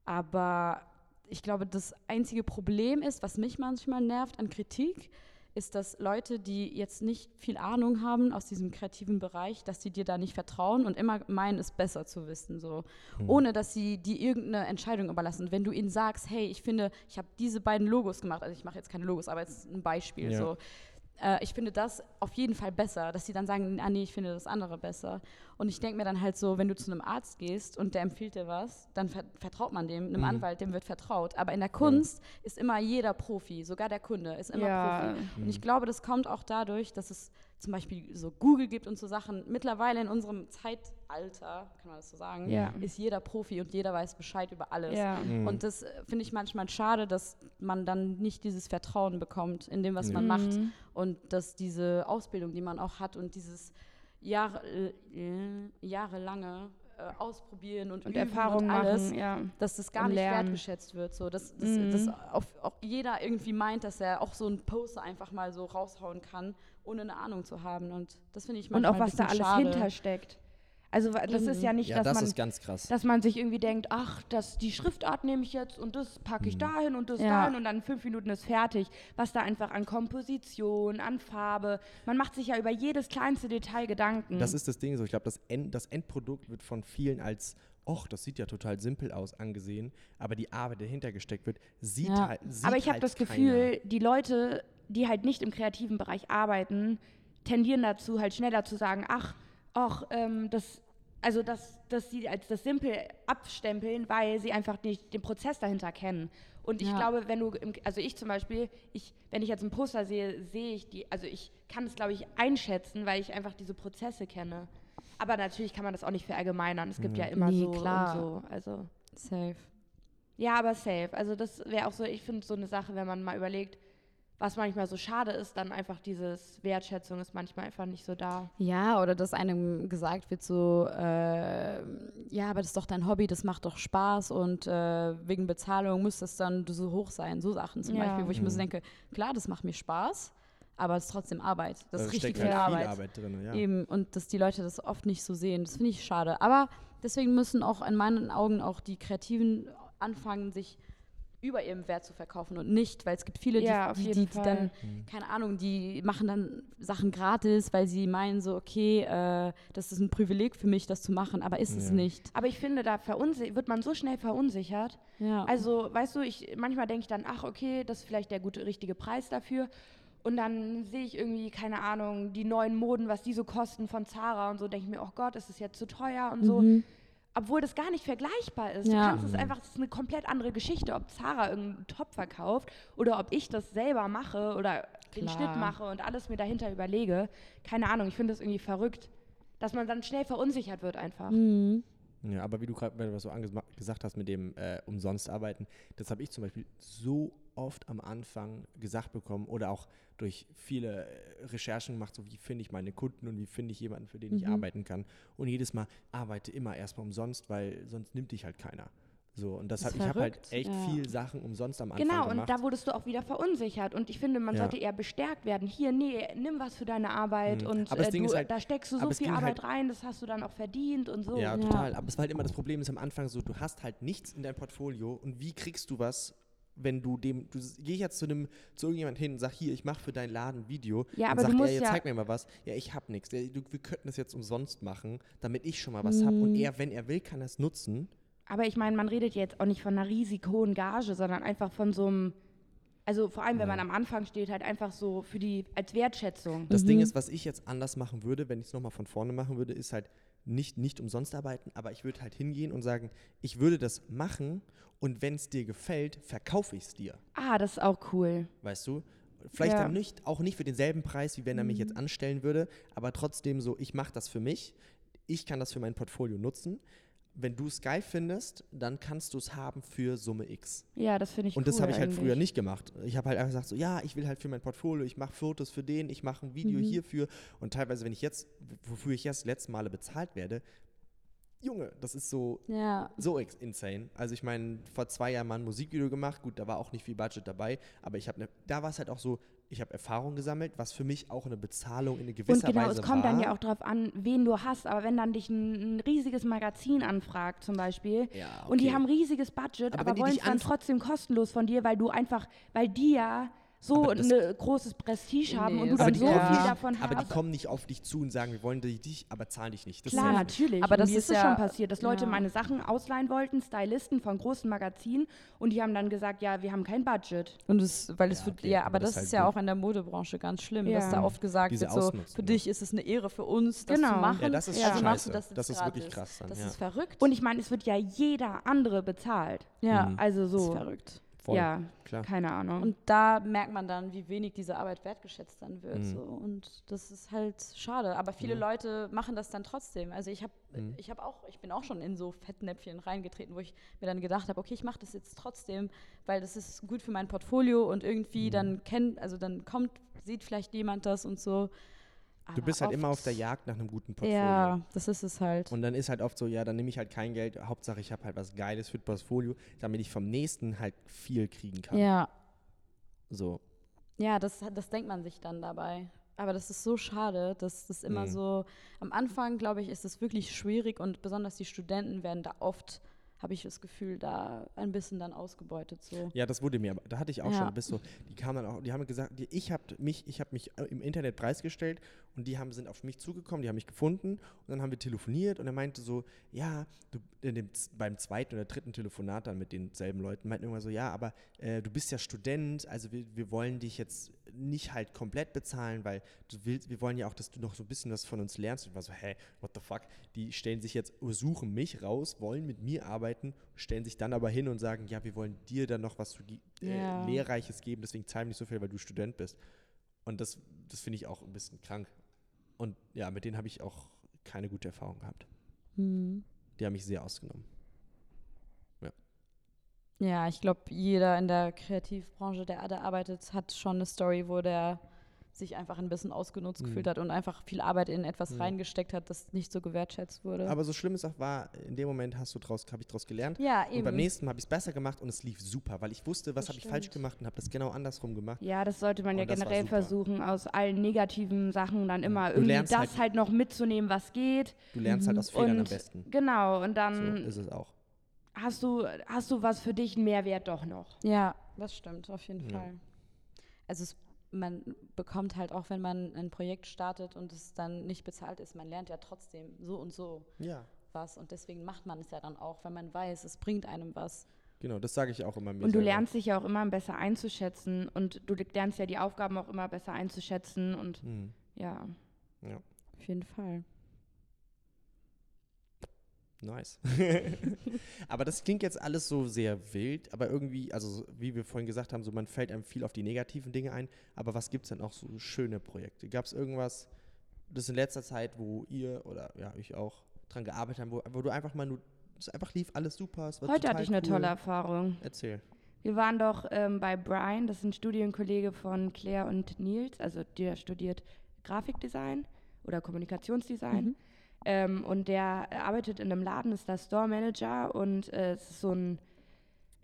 S1: Aber ich glaube, das einzige Problem ist, was mich manchmal nervt an Kritik, ist, dass Leute, die jetzt nicht viel Ahnung haben aus diesem kreativen Bereich, dass sie dir da nicht vertrauen und immer meinen, es besser zu wissen, so. Ohne, dass sie dir irgendeine Entscheidung überlassen. Wenn du ihnen sagst, hey, ich finde, ich habe diese beiden Logos gemacht, also ich mache jetzt keine Logos, aber es ist ein Beispiel,
S2: Ja.
S1: so. Äh, ich finde das auf jeden Fall besser, dass sie dann sagen, ah nee, ich finde das andere besser. Und ich denke mir dann halt so, wenn du zu einem Arzt gehst und der empfiehlt dir was, dann ver vertraut man dem,
S3: Mhm.
S1: einem Anwalt, dem wird vertraut. Aber in der Kunst ist immer jeder Profi, sogar der Kunde ist immer
S3: Ja.
S1: Profi. Und ich glaube, das kommt auch dadurch, dass es zum Beispiel so Google gibt und so Sachen. Mittlerweile in unserem Zeitalter, kann man das so sagen,
S3: Ja.
S1: ist jeder Profi und jeder weiß Bescheid über alles.
S3: Ja.
S1: Und das äh, finde ich manchmal schade, dass man dann nicht dieses Vertrauen bekommt in dem, was man
S3: Mhm.
S1: macht. Und dass diese Ausbildung, die man auch hat und dieses Jahre, äh, jahrelange äh, Ausprobieren und,
S3: Und
S1: Üben
S3: Erfahrungen
S1: und alles,
S3: machen, ja.
S1: dass das gar
S3: Und
S1: nicht
S3: lernen.
S1: wertgeschätzt wird. So, dass, dass,
S3: Mhm.
S1: dass auf, auch jeder irgendwie meint, dass er auch so einen Poster einfach mal so raushauen kann, ohne eine Ahnung zu haben. Und das finde ich
S3: Und
S1: manchmal
S3: auch was da
S1: ein bisschen
S3: alles
S1: schade.
S3: hintersteckt. Also wa- das ist ja nicht,
S2: ja,
S3: dass
S2: das
S3: man
S2: ist ganz krass.
S3: dass man sich irgendwie denkt, ach, das, die Schriftart nehme ich jetzt und das packe ich dahin und das
S1: Ja.
S3: dahin und dann in fünf Minuten ist fertig. Was da einfach an Komposition, an Farbe, man macht sich ja über jedes kleinste Detail Gedanken.
S2: Das ist das Ding so. Ich glaube, das, End, das Endprodukt wird von vielen als, och, das sieht ja total simpel aus, angesehen. Aber die Arbeit, die dahinter gesteckt wird, sieht
S1: Ja.
S2: halt. Sieht
S3: Aber ich habe
S2: halt
S3: das
S2: keiner.
S3: Gefühl, die Leute, die halt nicht im kreativen Bereich arbeiten, tendieren dazu, halt schneller zu sagen, ach, ach, ähm, das, also das, dass sie als das simpel abstempeln, weil sie einfach nicht den Prozess dahinter kennen. Und ich
S1: Ja.
S3: glaube, wenn du, im, also ich zum Beispiel, ich, wenn ich jetzt ein Poster sehe, sehe ich die, also ich kann es, glaube ich, einschätzen, weil ich einfach diese Prozesse kenne. Aber natürlich kann man das auch nicht verallgemeinern. Es gibt ja, immer
S1: Nee,
S3: so
S1: klar.
S3: und so. Also.
S1: Safe.
S3: Ja, aber safe. Also das wäre auch so, ich finde so eine Sache, wenn man mal überlegt, was manchmal so schade ist, dann einfach dieses Wertschätzung ist manchmal einfach nicht so da.
S1: Ja, oder dass einem gesagt wird so, äh, ja, aber das ist doch dein Hobby, das macht doch Spaß und äh, wegen Bezahlung muss das dann so hoch sein, so Sachen zum
S3: Ja.
S1: Beispiel, wo ich mir so
S2: Mhm.
S1: denke, klar, das macht mir Spaß, aber es ist trotzdem Arbeit, das
S2: Da
S1: ist richtig
S2: steckt
S1: viel
S2: halt
S1: Arbeit.
S2: viel Arbeit drin. Ja.
S1: Eben, und dass die Leute das oft nicht so sehen, das finde ich schade. Aber deswegen müssen auch in meinen Augen auch die Kreativen anfangen, sich über ihrem Wert zu verkaufen und nicht, weil es gibt viele,
S3: Ja, auf
S1: die, die,
S3: jeden
S1: die, die dann,
S3: Fall.
S2: Mhm.
S1: keine Ahnung, die machen dann Sachen gratis, weil sie meinen so, okay, äh, das ist ein Privileg für mich, das zu machen, aber ist es
S2: Ja.
S1: nicht.
S3: Aber ich finde, da verunsi- wird man so schnell verunsichert.
S1: Ja.
S3: Also, weißt du, ich manchmal denke ich dann, ach okay, das ist vielleicht der gute richtige Preis dafür. Und dann sehe ich irgendwie, keine Ahnung, die neuen Moden, was die so kosten von Zara und so, denke ich mir, oh Gott, ist es jetzt zu teuer und
S1: Mhm.
S3: so. Obwohl das gar nicht vergleichbar ist.
S1: Ja.
S3: Du kannst es einfach, es ist eine komplett andere Geschichte, ob Zara irgendeinen Top verkauft oder ob ich das selber mache oder den
S1: Klar.
S3: Schnitt mache und alles mir dahinter
S2: Hm.
S3: überlege. Keine Ahnung, ich finde das irgendwie verrückt, dass man dann schnell verunsichert wird einfach.
S2: Ja, aber wie du gerade wenn du was so anges- gesagt hast mit dem äh, umsonst arbeiten, das habe ich zum Beispiel so oft am Anfang gesagt bekommen oder auch durch viele äh, Recherchen gemacht, so wie finde ich meine Kunden und wie finde ich jemanden, für den ich
S1: Mhm.
S2: arbeiten kann. Und jedes Mal arbeite immer erstmal umsonst, weil sonst nimmt dich halt keiner. So, und das
S1: Das
S2: hat,
S1: ist
S2: ich habe halt
S1: verrückt,
S2: echt
S1: ja.
S2: viel Sachen umsonst am Anfang
S3: Genau, und
S2: gemacht.
S3: da wurdest du auch wieder verunsichert. Und ich finde, man
S2: Ja.
S3: sollte eher bestärkt werden. Hier, nee, nimm was für deine Arbeit
S2: Mhm.
S3: und
S2: Aber das
S3: äh,
S2: Ding
S3: du,
S2: ist halt-
S3: da steckst du
S2: aber
S3: so
S2: es
S3: viel
S2: ging
S3: Arbeit
S2: halt-
S3: rein, das hast du dann auch verdient und so.
S2: Ja,
S1: Ja.
S2: total. Aber es war halt immer das Problem, ist am Anfang so, du hast halt nichts in deinem Portfolio und wie kriegst du was, wenn du dem, du geh jetzt zu einem, zu irgendjemand hin und sag, hier, ich mache für deinen Laden ein Video. Dann
S3: Ja, aber du
S2: sagt
S3: musst
S2: er,
S3: ja-
S2: zeig mir mal was. Ja, ich hab nichts. Ja, du- wir könnten das jetzt umsonst machen, damit ich schon mal was hab.
S3: Mhm.
S2: Und er, wenn er will, kann das nutzen.
S3: Aber ich meine, man redet jetzt auch nicht von einer riesig hohen Gage, sondern einfach von so einem, also vor allem, wenn man am Anfang steht, halt einfach so für die, als Wertschätzung.
S2: Das Ding ist, was ich jetzt anders machen würde, wenn ich es nochmal von vorne machen würde, ist halt nicht, nicht umsonst arbeiten, aber ich würde halt hingehen und sagen, ich würde das machen und wenn es dir gefällt, verkaufe ich es dir.
S3: Ah, das ist auch cool.
S2: weißt du? Vielleicht
S3: Ja. Mhm.
S2: dann nicht, auch nicht für denselben Preis, wie wenn er mich jetzt anstellen würde, aber trotzdem so, ich mache das für mich, ich kann das für mein Portfolio nutzen. Wenn du es geil findest, dann kannst du es haben für Summe X.
S3: Ja, das finde ich cool.
S2: Und das habe ich halt
S3: eigentlich.
S2: früher nicht gemacht. Ich habe halt einfach gesagt, so, ja, ich will halt für mein Portfolio, ich mache Fotos für den, ich mache ein
S3: Mhm.
S2: Video hierfür. Und teilweise, wenn ich jetzt, wofür ich jetzt letzte Male bezahlt werde, Junge, das ist so,
S1: Ja,
S2: so ex- insane. Also ich meine, vor zwei Jahren mal ein Musikvideo gemacht, gut, da war auch nicht viel Budget dabei, aber ich habe ne, da war es halt auch so, ich habe Erfahrung gesammelt, was für mich auch eine Bezahlung in gewisser
S3: Und genau,
S2: Weise
S3: es kommt
S2: war.
S3: dann ja auch drauf an, wen du hast. Aber wenn dann dich ein, ein riesiges Magazin anfragt zum Beispiel
S2: Ja,
S3: und die
S2: okay.
S3: haben riesiges Budget,
S2: Aber
S3: aber,
S2: wenn die
S3: wollen
S2: dich
S3: es dann
S2: anf-
S3: trotzdem kostenlos von dir, weil du einfach, weil die ja so
S2: Aber das-
S3: ein ne, großes Prestige haben und
S1: Nee,
S3: du
S2: aber
S3: dann
S2: die,
S3: so
S2: kommen
S1: ja.
S3: viel
S2: nicht,
S3: davon
S2: aber die
S3: hast.
S2: kommen nicht auf dich zu und sagen, wir wollen die- dich, aber zahlen dich nicht. Das
S3: Klar,
S2: ist ja-
S3: natürlich.
S1: Aber das
S3: Mir
S1: ist
S3: das
S1: ja-
S3: schon passiert, dass Leute
S1: ja.
S3: meine Sachen ausleihen wollten, Stylisten von großen Magazinen und die haben dann gesagt, ja, wir haben kein Budget.
S1: und es, weil es
S2: Ja,
S1: wird,
S2: okay,
S1: ja,
S2: aber
S1: aber
S2: das
S1: das,
S2: ist
S1: ist
S2: halt
S1: ja
S2: gut.
S1: auch in der Modebranche ganz schlimm,
S3: Ja.
S1: dass da oft gesagt
S2: Diese
S1: wird, so,
S2: Ausnutzung,
S1: für
S2: ja.
S1: dich ist es eine Ehre, für uns das
S3: Genau.
S1: zu machen.
S2: Ja, das ist
S1: also machst
S2: scheiße.
S1: du das, jetzt
S2: Das ist
S1: gratis.
S2: wirklich krass dann,
S1: Das
S2: ja.
S1: ist verrückt.
S3: Und ich meine, es wird ja jeder andere bezahlt.
S1: ja,
S2: Mhm.
S3: Also
S1: das ist
S3: so.
S1: verrückt.
S2: Hm. Voll,
S3: ja,
S2: klar.
S3: keine Ahnung.
S1: Und da merkt man dann, wie wenig diese Arbeit wertgeschätzt dann wird.
S2: Mhm.
S1: So. Und das ist halt schade. Aber viele Leute machen das dann trotzdem. Also ich habe
S2: Mhm.
S1: ich hab auch, ich bin auch schon in so Fettnäpfchen reingetreten, wo ich mir dann gedacht habe, okay, ich mache das jetzt trotzdem, weil das ist gut für mein Portfolio und
S2: Mhm.
S1: irgendwie dann kennt, also dann kommt, sieht vielleicht jemand das und so.
S2: Du
S1: Aber
S2: bist halt immer
S1: oft-
S2: auf der Jagd nach einem guten Portfolio.
S1: Ja, das ist es halt.
S2: Und dann ist halt oft so, ja, dann nehme ich halt kein Geld, Hauptsache ich habe halt was Geiles für das Portfolio, damit ich vom nächsten halt viel kriegen kann.
S1: ja,
S2: So.
S1: Ja, das, hat- das denkt man sich dann dabei. Aber das ist so schade, dass das immer
S2: Mhm.
S1: so. Am Anfang, glaube ich, ist es wirklich schwierig und besonders die Studenten werden da oft, habe ich das Gefühl, da ein bisschen dann ausgebeutet. So.
S2: Ja, das wurde mir, aber da hatte ich auch
S1: Ja.
S2: schon bis so, die kamen dann auch, die haben gesagt, die, ich habe mich, ich habe mich äh, im Internet preisgestellt und die haben sind auf mich zugekommen, die haben mich gefunden und dann haben wir telefoniert und er meinte so, ja, du in dem, z- beim zweiten oder dritten Telefonat dann mit denselben Leuten meinten irgendwann so, ja, aber äh, du bist ja Student, also wir, wir wollen dich jetzt nicht halt komplett bezahlen, weil du willst, wir wollen ja auch, dass du noch so ein bisschen was von uns lernst. Und ich war so, hä, what the fuck? Die stellen sich jetzt, suchen mich raus, wollen mit mir arbeiten, stellen sich dann aber hin und sagen, ja, wir wollen dir dann noch was zu ge-
S1: Ja.
S2: äh, Lehrreiches geben, deswegen zahlen wir nicht so viel, weil du Student bist. Und das, das finde ich auch ein bisschen krank. Und ja, mit denen habe ich auch keine gute Erfahrung gehabt.
S1: Mhm.
S2: Die haben mich sehr ausgenommen.
S1: Ja, ich glaube, jeder in der Kreativbranche, der da arbeitet, hat schon eine Story, wo der sich einfach ein bisschen ausgenutzt
S2: Mhm.
S1: gefühlt hat und einfach viel Arbeit in etwas
S2: Mhm.
S1: reingesteckt hat, das nicht so gewertschätzt wurde.
S2: Aber so schlimm es auch war, in dem Moment hast du draus, habe ich draus gelernt.
S1: ja, eben.
S2: Und beim nächsten Mal habe ich es besser gemacht und es lief super, weil ich wusste, was
S1: Das
S2: habe ich falsch
S1: stimmt.
S2: gemacht und habe das genau andersrum gemacht.
S3: Ja, das sollte man ja
S2: Und das war
S3: generell
S2: super.
S3: versuchen, aus allen negativen Sachen dann immer
S2: Du
S3: irgendwie
S2: lernst
S3: das
S2: halt-
S3: halt, noch mitzunehmen, was geht.
S2: Du lernst halt aus Fehlern
S3: Mhm. und
S2: am besten.
S3: Genau, und
S2: So
S3: dann
S2: ist es auch.
S3: hast, du, hast du was für dich, einen Mehrwert doch noch.
S1: Ja, das stimmt, auf jeden
S2: Ja.
S1: Fall. Also es, man bekommt halt auch, wenn man ein Projekt startet und es dann nicht bezahlt ist, man lernt ja trotzdem so und so
S2: Ja.
S1: was und deswegen macht man es ja dann auch, wenn man weiß, es bringt einem was.
S2: Genau, das sage ich auch immer mir
S3: Und du
S2: selber.
S3: lernst dich ja auch immer besser einzuschätzen und du lernst ja die Aufgaben auch immer besser einzuschätzen und
S2: Mhm.
S3: ja.
S2: Ja,
S1: Auf jeden Fall.
S2: nice. aber das klingt jetzt alles so sehr wild, aber irgendwie, also so, wie wir vorhin gesagt haben, so man fällt einem viel auf die negativen Dinge ein. Aber was gibt es denn auch so schöne Projekte? Gab es irgendwas, das in letzter Zeit, wo ihr oder ja, ich auch dran gearbeitet haben, wo, wo du einfach mal nur, es einfach lief, alles super. Es war
S3: Heute
S2: total
S3: hatte ich eine
S2: cool.
S3: tolle Erfahrung.
S2: Erzähl.
S3: Wir waren doch ähm, bei Brian, das ist ein Studienkollege von Claire und Nils, also der studiert Grafikdesign oder Kommunikationsdesign.
S1: Mhm.
S3: Ähm, und der arbeitet in einem Laden, ist da Store Manager und äh, es ist so ein,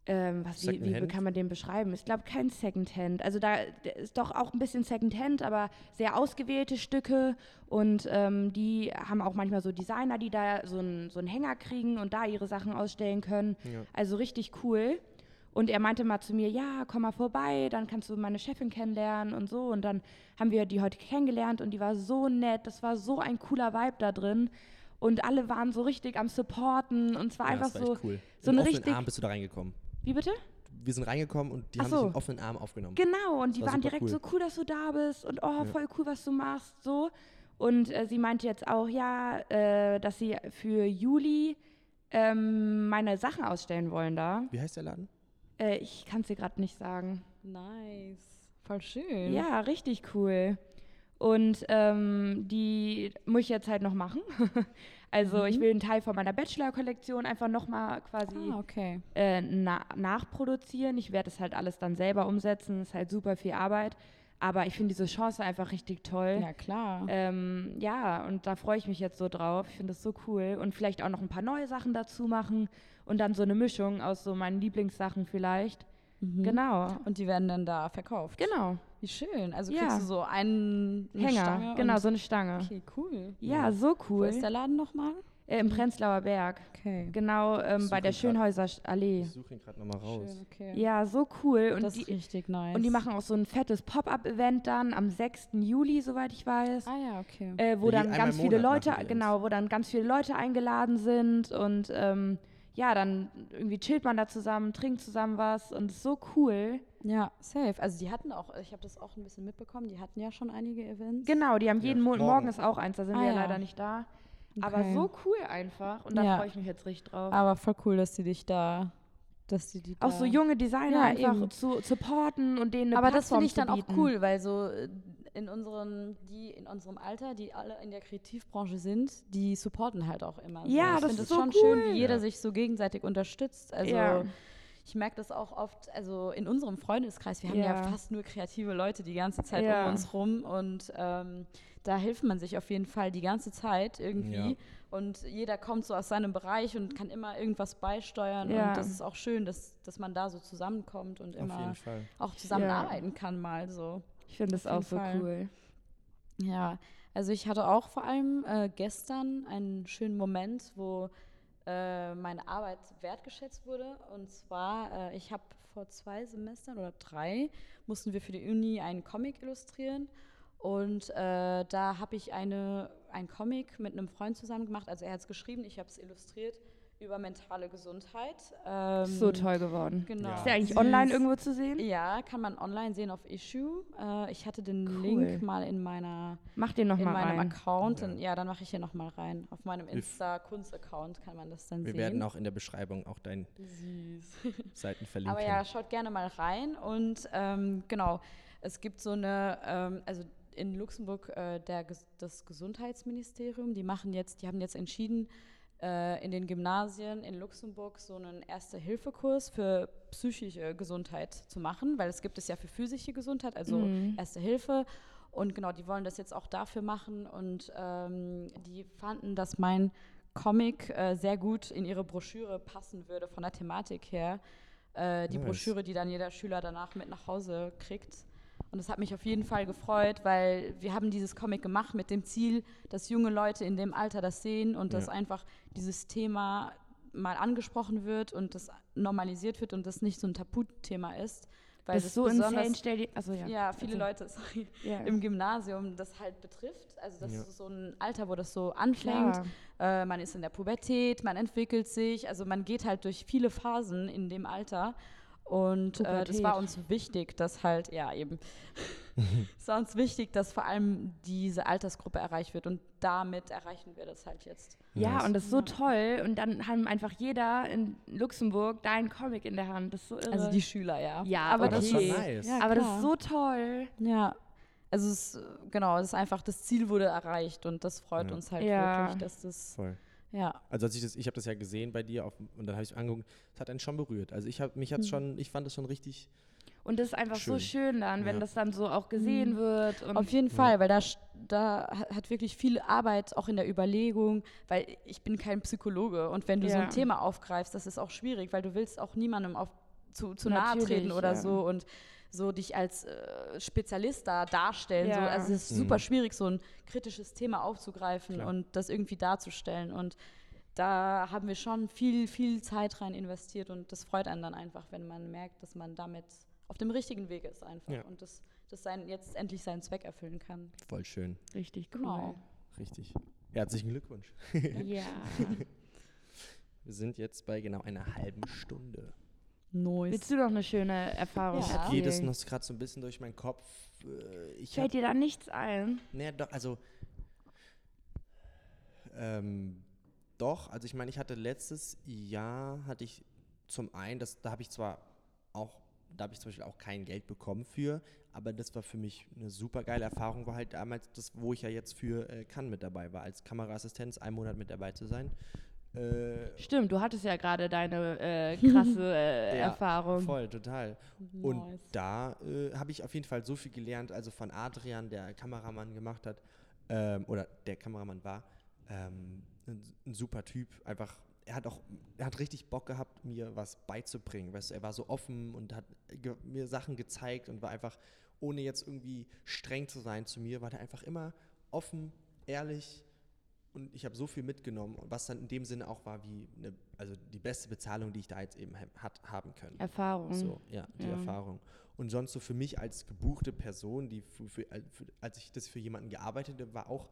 S3: ähm, was, wie, wie
S2: Secondhand?
S3: kann man den beschreiben? Ich glaube, kein Secondhand. Also da der ist doch auch ein bisschen Secondhand, aber sehr ausgewählte Stücke und ähm, die haben auch manchmal so Designer, die da so einen so einen Hänger kriegen und da ihre Sachen ausstellen können.
S2: Ja.
S3: Also richtig cool. Und er meinte mal zu mir, ja, komm mal vorbei, dann kannst du meine Chefin kennenlernen und so. Und dann haben wir die heute kennengelernt und die war so nett. Das war so ein cooler Vibe da drin. Und alle waren so richtig am Supporten und es war
S2: Ja,
S3: einfach
S2: das war
S3: so,
S2: echt cool.
S3: so
S2: Im
S3: eine
S2: offenen
S3: richtig.
S2: Arm bist du da reingekommen.
S3: Wie bitte?
S2: Wir sind reingekommen und die
S3: Ach
S2: haben dich
S3: so.
S2: im offenen Arm aufgenommen.
S3: Genau, und die
S2: war
S3: waren
S2: super
S3: direkt
S2: cool.
S3: so cool, dass du da bist und oh, voll cool, was du machst, so. Und äh, sie meinte jetzt auch, ja, äh, dass sie für Juli ähm, meine Sachen ausstellen wollen da.
S2: Wie heißt der Laden?
S3: Äh, ich kann es dir gerade nicht sagen.
S1: Nice. Voll
S2: Mhm.
S1: schön.
S3: Ja, richtig cool. Und ähm, die muss ich jetzt halt noch machen. also
S2: Mhm.
S3: ich will einen Teil von meiner Bachelor-Kollektion einfach nochmal quasi
S1: Ah, okay.
S3: äh, na nachproduzieren. Ich werde es halt alles dann selber umsetzen. Ist halt super viel Arbeit. Aber ich finde diese Chance einfach richtig toll.
S1: Ja, genau. klar.
S3: Ähm, ja, und da freue ich mich jetzt so drauf. Ich finde das so cool. Und vielleicht auch noch ein paar neue Sachen dazu machen. Und dann so eine Mischung aus so meinen Lieblingssachen vielleicht. Genau.
S1: Mhm. Und die werden dann da verkauft.
S3: Genau.
S1: Wie schön. Also
S3: Ja.
S1: kriegst du so einen eine
S3: Hänger.
S1: Stange
S3: genau,
S1: und-
S3: so eine Stange.
S1: Okay, cool.
S3: Ja, so
S1: Wo
S3: cool.
S1: ist der Laden nochmal?
S3: Äh, Im Prenzlauer Berg.
S1: Okay.
S3: Genau, ähm, bei
S2: Suche
S3: der
S2: ihn grad.
S3: Schönhäuser Sch- Allee.
S2: Ich suche ihn gerade nochmal raus.
S1: Schön, okay.
S3: Ja, so cool. Und
S1: das ist
S3: die,
S1: richtig nice.
S3: und die machen auch so ein fettes Pop-Up-Event dann am 6. Juli, soweit ich weiß.
S1: Ah ja, okay.
S3: Äh, wo
S2: Ja, die
S3: dann
S2: einmal
S3: ganz
S2: im
S3: viele
S2: Monat
S3: Leute,
S2: machen die
S3: genau, wo dann ganz viele Leute eingeladen sind und ähm, ja, dann irgendwie chillt man da zusammen, trinkt zusammen was und ist so cool.
S1: Ja, safe. Also die hatten auch, ich habe das auch ein bisschen mitbekommen, die hatten ja schon einige Events.
S3: Genau, die haben jeden Monat,
S2: morgen.
S3: morgen ist auch eins, da sind
S1: Ah,
S3: wir ja
S1: ja.
S3: leider nicht da. Aber
S1: Okay.
S3: so cool einfach und da
S1: Ja.
S3: freue ich mich jetzt richtig drauf.
S1: Aber voll cool, dass die dich da, dass die die
S3: auch
S1: da
S3: so junge Designer
S1: Ja,
S3: einfach
S1: eben.
S3: zu supporten und denen eine
S1: Aber das
S3: Plattform
S1: finde ich
S3: zu
S1: dann auch
S3: bieten.
S1: cool, weil so äh, in unseren, die in unserem Alter, die alle in der Kreativbranche sind, die supporten halt auch immer. so.
S3: Ja,
S1: ich
S3: das
S1: finde
S3: ist
S1: es
S3: so
S1: schon schön,
S3: cool.
S1: wie jeder
S2: Ja.
S1: sich so gegenseitig unterstützt. Also
S3: Ja.
S1: ich merke das auch oft, also in unserem Freundeskreis, wir haben ja,
S3: Ja.
S1: fast nur kreative Leute die ganze Zeit
S3: Ja.
S1: um uns rum und ähm, da hilft man sich auf jeden Fall die ganze Zeit irgendwie.
S2: Ja.
S1: Und jeder kommt so aus seinem Bereich und kann immer irgendwas beisteuern.
S3: Ja.
S1: Und das ist auch schön, dass, dass man da so zusammenkommt und
S2: Auf
S1: immer
S2: jeden Fall.
S1: auch zusammenarbeiten kann mal so.
S3: Ich finde das
S1: Auf
S3: auch
S1: jeden
S3: so
S1: Fall.
S3: cool.
S1: Ja, also ich hatte auch vor allem äh, gestern einen schönen Moment, wo äh, meine Arbeit wertgeschätzt wurde. Und zwar, äh, ich habe vor zwei Semestern oder drei, mussten wir für die Uni einen Comic illustrieren. Und äh, da habe ich eine, einen Comic mit einem Freund zusammen gemacht. Also er hat es geschrieben, ich habe es illustriert über mentale Gesundheit. Ähm,
S3: Ist so toll geworden.
S1: Genau.
S2: Ja.
S3: Ist der eigentlich
S1: Süß.
S3: online irgendwo zu sehen?
S1: Ja, kann man online sehen auf Issue. Äh, ich hatte den
S3: Cool.
S1: Link mal in meiner
S3: Mach den noch
S1: in
S3: mal
S1: meinem
S3: rein.
S1: Account.
S2: Ja.
S1: Ja, ja dann mache ich hier nochmal rein. Auf meinem
S2: Wir f-
S1: Insta-Kunst-Account kann man das dann
S2: Wir
S1: sehen.
S2: werden auch in der Beschreibung auch deine
S1: Süß.
S2: Seiten verlinken.
S1: Aber ja, schaut gerne mal rein. Und ähm, genau, es gibt so eine, ähm, also in Luxemburg äh, der, Ges- das Gesundheitsministerium, die machen jetzt, die haben jetzt entschieden, äh, in den Gymnasien in Luxemburg so einen Erste-Hilfe-Kurs für psychische Gesundheit zu machen, weil es gibt es ja für physische Gesundheit, also
S3: Mhm.
S1: Erste Hilfe. Und genau, die wollen das jetzt auch dafür machen und ähm, die fanden, dass mein Comic äh, sehr gut in ihre Broschüre passen würde von der Thematik her. Äh, die
S2: Nice.
S1: Broschüre, die dann jeder Schüler danach mit nach Hause kriegt. Und das hat mich auf jeden Fall gefreut, weil wir haben dieses Comic gemacht mit dem Ziel, dass junge Leute in dem Alter das sehen und dass
S2: Ja.
S1: einfach dieses Thema mal angesprochen wird und das normalisiert wird und das nicht so ein Tabuthema ist. Weil
S3: das
S1: das
S3: ist so
S1: besonders
S3: insane. Stell dir, also ja.
S1: ja, viele
S3: Also,
S1: Leute sorry,
S3: ja.
S1: im Gymnasium das halt betrifft. Also das
S2: Ja.
S1: ist so ein Alter, wo das so anfängt.
S3: Klar.
S1: Äh, man ist in der Pubertät, man entwickelt sich. Also man geht halt durch viele Phasen in dem Alter. Und äh, das
S3: Pubertät.
S1: war uns wichtig, dass halt, ja eben, es war uns wichtig, dass vor allem diese Altersgruppe erreicht wird. Und damit erreichen wir das halt jetzt.
S3: Ja,
S2: Nice.
S3: und das ist so toll. Und dann haben einfach jeder in Luxemburg da einen Comic in der Hand. Das ist so irre.
S1: Also die Schüler, ja.
S3: ja,
S1: aber
S2: das
S3: aber das
S2: ist
S3: okay.
S2: schon nice.
S1: Ja,
S3: Aber das
S1: klar.
S3: ist so toll.
S1: Ja, also es, äh, genau, es ist einfach, das Ziel wurde erreicht und das freut
S2: Ja.
S1: uns halt
S3: Ja.
S1: wirklich, dass das
S2: Voll.
S1: Ja.
S2: Also als ich das, ich habe das ja gesehen bei dir auf, und dann habe ich angeguckt, es hat einen schon berührt. Also ich habe mich
S1: Hm.
S2: jetzt schon, ich fand das schon richtig.
S3: Und das ist einfach so
S2: Schön.
S3: schön dann, wenn
S2: Ja.
S3: das dann so auch gesehen wird. Und
S1: Mhm. Auf jeden Fall, weil da, sch- da ha- hat wirklich viel Arbeit auch in der Überlegung, weil ich bin kein Psychologe und wenn du so
S3: Ja.
S1: ein Thema aufgreifst, das ist auch schwierig, weil du willst auch niemandem auf, zu, zu nahe
S3: Natürlich,
S1: treten oder
S3: ja.
S1: so und so dich als äh, Spezialist da darstellen. So.
S3: Ja.
S1: Also es ist super schwierig, so ein kritisches Thema aufzugreifen
S2: Klar.
S1: und das irgendwie darzustellen und da haben wir schon viel, viel Zeit rein investiert und das freut einen dann einfach, wenn man merkt, dass man damit auf dem richtigen Weg ist einfach
S2: Ja.
S1: und das, das sein, jetzt endlich seinen Zweck erfüllen kann.
S2: Voll schön.
S3: richtig cool.
S1: Genau.
S2: Richtig. Herzlichen Glückwunsch.
S3: Ja.
S2: Wir sind jetzt bei genau einer halben Stunde.
S1: Nice.
S3: Willst du noch eine schöne Erfahrung
S1: Ja.
S3: erzählen?
S2: Jedes noch gerade so ein bisschen durch meinen Kopf. Äh, Ich hab-
S3: Fällt dir da nichts ein?
S2: Naja, doch, also. Ähm, doch, also ich meine, ich hatte letztes Jahr, hatte ich zum einen, das, da habe ich zwar auch, da habe ich zum Beispiel auch kein Geld bekommen für, aber das war für mich eine super geile Erfahrung, war halt damals das, wo ich ja jetzt für äh, Cannes mit dabei war, als Kameraassistenz einen Monat mit dabei zu sein. Äh,
S3: Stimmt, du hattest ja gerade deine äh, krasse äh,
S2: Ja,
S3: Erfahrung.
S2: Voll, total. Und
S1: Nice.
S2: da äh, habe ich auf jeden Fall so viel gelernt, also von Adrian, der Kameramann gemacht hat, ähm, oder der Kameramann war, ähm, ein, ein super Typ, einfach. Er hat auch, er hat richtig Bock gehabt, mir was beizubringen. Weißt du, er war so offen und hat ge mir Sachen gezeigt und war einfach, ohne jetzt irgendwie streng zu sein zu mir, war er einfach immer offen, ehrlich und ich habe so viel mitgenommen, was dann in dem Sinne auch war wie eine, also die beste Bezahlung, die ich da jetzt eben ha- hat, haben können.
S3: Erfahrung.
S2: So, ja, die
S3: Mhm. Ja.
S2: Erfahrung. Und sonst so für mich als gebuchte Person, die für, für, al- für, als ich das für jemanden gearbeitet habe, war auch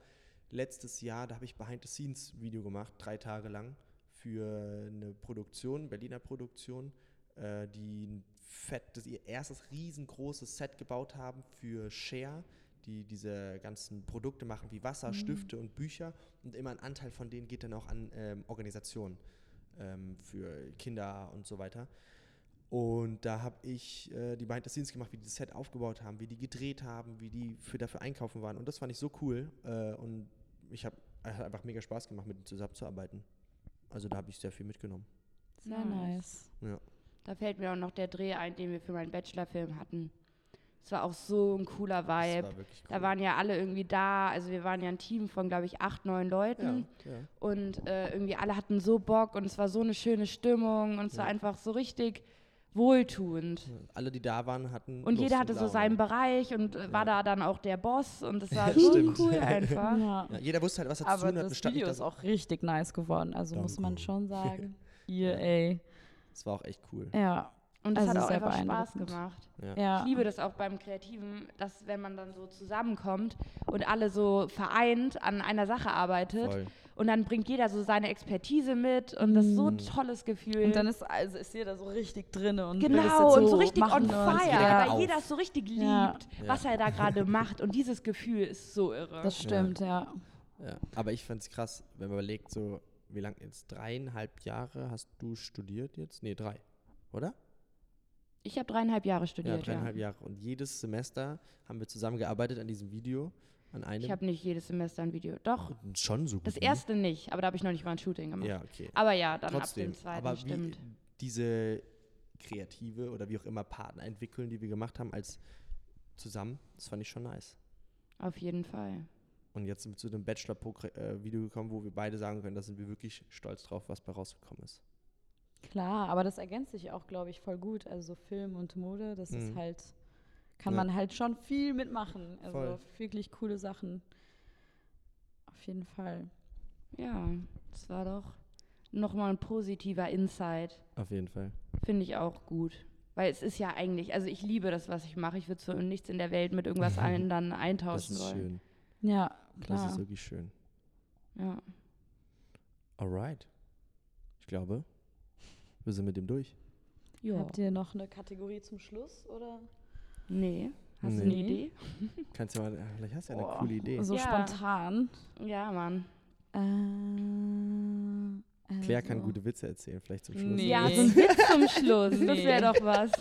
S2: letztes Jahr, da habe ich Behind-the-Scenes-Video gemacht, drei Tage lang, für eine Produktion, Berliner Produktion, äh, die ein fettes, ihr erstes riesengroßes Set gebaut haben für Share, die diese ganzen Produkte machen wie Wasser, Stifte und Bücher. Und immer ein Anteil von denen geht dann auch an ähm, Organisationen ähm, für Kinder und so weiter. Und da habe ich äh, die Behind the Scenes gemacht, wie die das Set aufgebaut haben, wie die gedreht haben, wie die für dafür einkaufen waren. Und das fand ich so cool. Äh, und ich habe hat einfach mega Spaß gemacht, mit denen zusammenzuarbeiten. Also da habe ich sehr viel mitgenommen.
S1: Sehr nice.
S2: Ja.
S3: Da fällt mir auch noch der Dreh ein, den wir für meinen Bachelorfilm hatten. Es war auch so ein cooler Vibe.
S2: war wirklich
S3: Da waren ja alle irgendwie da. Also wir waren ja ein Team von, glaube ich, acht, neun Leuten.
S2: ja, ja.
S3: Und äh, irgendwie alle hatten so Bock und es war so eine schöne Stimmung und es war
S2: Ja.
S3: einfach so richtig wohltuend.
S2: Alle, die da waren, hatten.
S3: Und
S2: Lust
S3: jeder hatte so
S2: Laune.
S3: seinen Bereich und äh, war da dann auch der Boss und es war
S2: Ja,
S3: so
S2: stimmt.
S3: cool einfach.
S1: Ja.
S2: Ja, jeder wusste halt, was er zu
S1: Aber
S2: tun hat.
S1: das
S2: bestand nicht
S1: Video ist
S2: da-
S1: auch richtig nice geworden, also muss man
S2: Danke.
S1: schon sagen. Ihr, ey.
S2: Das war auch echt cool.
S1: Ja,
S3: Und es
S1: Also
S3: hat auch
S1: sehr
S3: einfach Spaß
S1: beeindruckend.
S3: gemacht.
S2: Ja.
S1: ja.
S3: Ich liebe das auch beim Kreativen, dass wenn man dann so zusammenkommt und alle so vereint an einer Sache arbeitet
S2: Voll.
S3: und dann bringt jeder so seine Expertise mit und das ist so ein tolles Gefühl.
S1: Und dann ist, also ist jeder so richtig drin und will das
S3: genau
S1: jetzt
S3: und so richtig
S1: machen
S3: on
S1: und-
S3: fire,
S2: Jeder
S3: weil
S2: auf.
S3: jeder es so richtig liebt,
S1: Ja.
S3: was er da gerade macht und dieses Gefühl ist so irre.
S1: Das stimmt, ja.
S2: Ja. Aber ich fand es krass, wenn man überlegt, so, wie lange jetzt? Dreieinhalb Jahre hast du studiert jetzt? Nee, drei. Oder?
S3: ich habe dreieinhalb Jahre
S2: Ja,
S3: studiert. Ja,
S2: dreieinhalb Jahre. Und jedes Semester haben wir zusammengearbeitet an diesem Video. An einem.
S3: Ich habe nicht jedes Semester ein Video. Doch,
S2: schon so gut.
S3: das
S2: wie-
S3: erste nicht, aber da habe ich noch nicht mal ein Shooting gemacht.
S2: Ja, okay.
S3: Aber ja, dann
S2: Trotzdem.
S3: ab dem zweiten
S2: aber
S3: stimmt.
S2: wie diese kreative oder wie auch immer Partner entwickeln, die wir gemacht haben, als zusammen, das fand ich schon nice.
S3: Auf jeden Fall.
S2: Und jetzt sind wir zu dem Bachelor-Video gekommen, wo wir beide sagen können, da sind wir wirklich stolz drauf, was bei rausgekommen ist.
S1: Klar, aber das ergänzt sich auch, glaube ich, voll gut. Also so Film und Mode, das ist
S2: Mhm.
S1: halt, kann
S2: Ja.
S1: man halt schon viel mitmachen. Also
S2: Voll.
S1: wirklich coole Sachen. Auf jeden Fall.
S3: Ja, das war doch nochmal ein positiver Insight.
S2: Auf jeden Fall.
S3: Finde ich auch gut. Weil es ist ja eigentlich, also ich liebe das, was ich mache. Ich würde so nichts in der Welt mit irgendwas anderen
S2: Das
S3: eintauschen
S2: ist
S3: wollen.
S2: schön.
S1: Ja,
S2: Das
S1: klar.
S2: ist wirklich schön.
S3: Ja.
S2: Alright. Ich glaube, wir sind mit dem durch.
S3: ja.
S1: Habt ihr noch eine Kategorie zum Schluss oder?
S3: Nee. Hast du eine
S1: Nee.
S3: Idee?
S2: Kannst du mal, vielleicht hast du ja eine
S1: Boah,
S2: coole Idee.
S1: So
S3: Ja.
S1: spontan.
S3: Ja, Mann.
S1: Äh,
S2: Claire kann
S1: also-
S3: Mhm.
S2: gute Witze erzählen, vielleicht zum Schluss.
S1: Nee.
S3: Ja, so ein Witz zum Schluss. Das
S1: Nee.
S3: wäre doch was.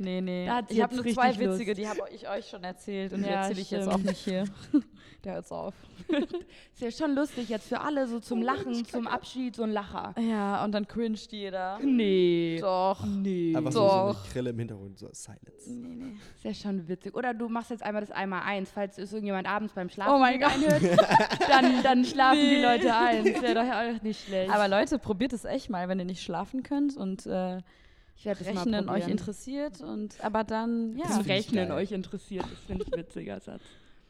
S1: Nee, nee.
S3: Da hat's
S1: ich habe
S3: jetzt
S1: nur zwei
S3: richtig
S1: witzige, die habe ich euch schon erzählt und die
S3: Ja,
S1: erzähle ich jetzt auch
S3: stimmt.
S1: nicht hier. Der hört's auf.
S3: Ist ja schon lustig jetzt für alle so zum
S1: Oh,
S3: Lachen,
S1: ich
S3: zum Abschied so ein Lacher.
S1: Ja, und dann cringet jeder.
S3: Nee.
S1: Doch.
S3: Nee.
S2: Aber so, so eine
S1: Doch.
S2: Krille im Hintergrund, so Silence.
S3: Ist ja schon witzig. Oder du machst jetzt einmal das einmal eins, falls es irgendjemand abends beim Schlafen
S1: Oh mein Gott.
S3: dann, dann schlafen die
S1: Nee.
S3: Leute ein. Das wäre doch ja auch nicht schlecht.
S1: Aber Leute, probiert es echt mal, wenn ihr nicht schlafen könnt und äh,
S3: ich werde das mal
S1: Rechnen euch
S3: probieren.
S1: interessiert und aber dann ja.
S2: Das
S3: Zum
S2: find ich
S3: Rechnen
S2: geil.
S3: euch interessiert. Das finde ich ein witziger Satz.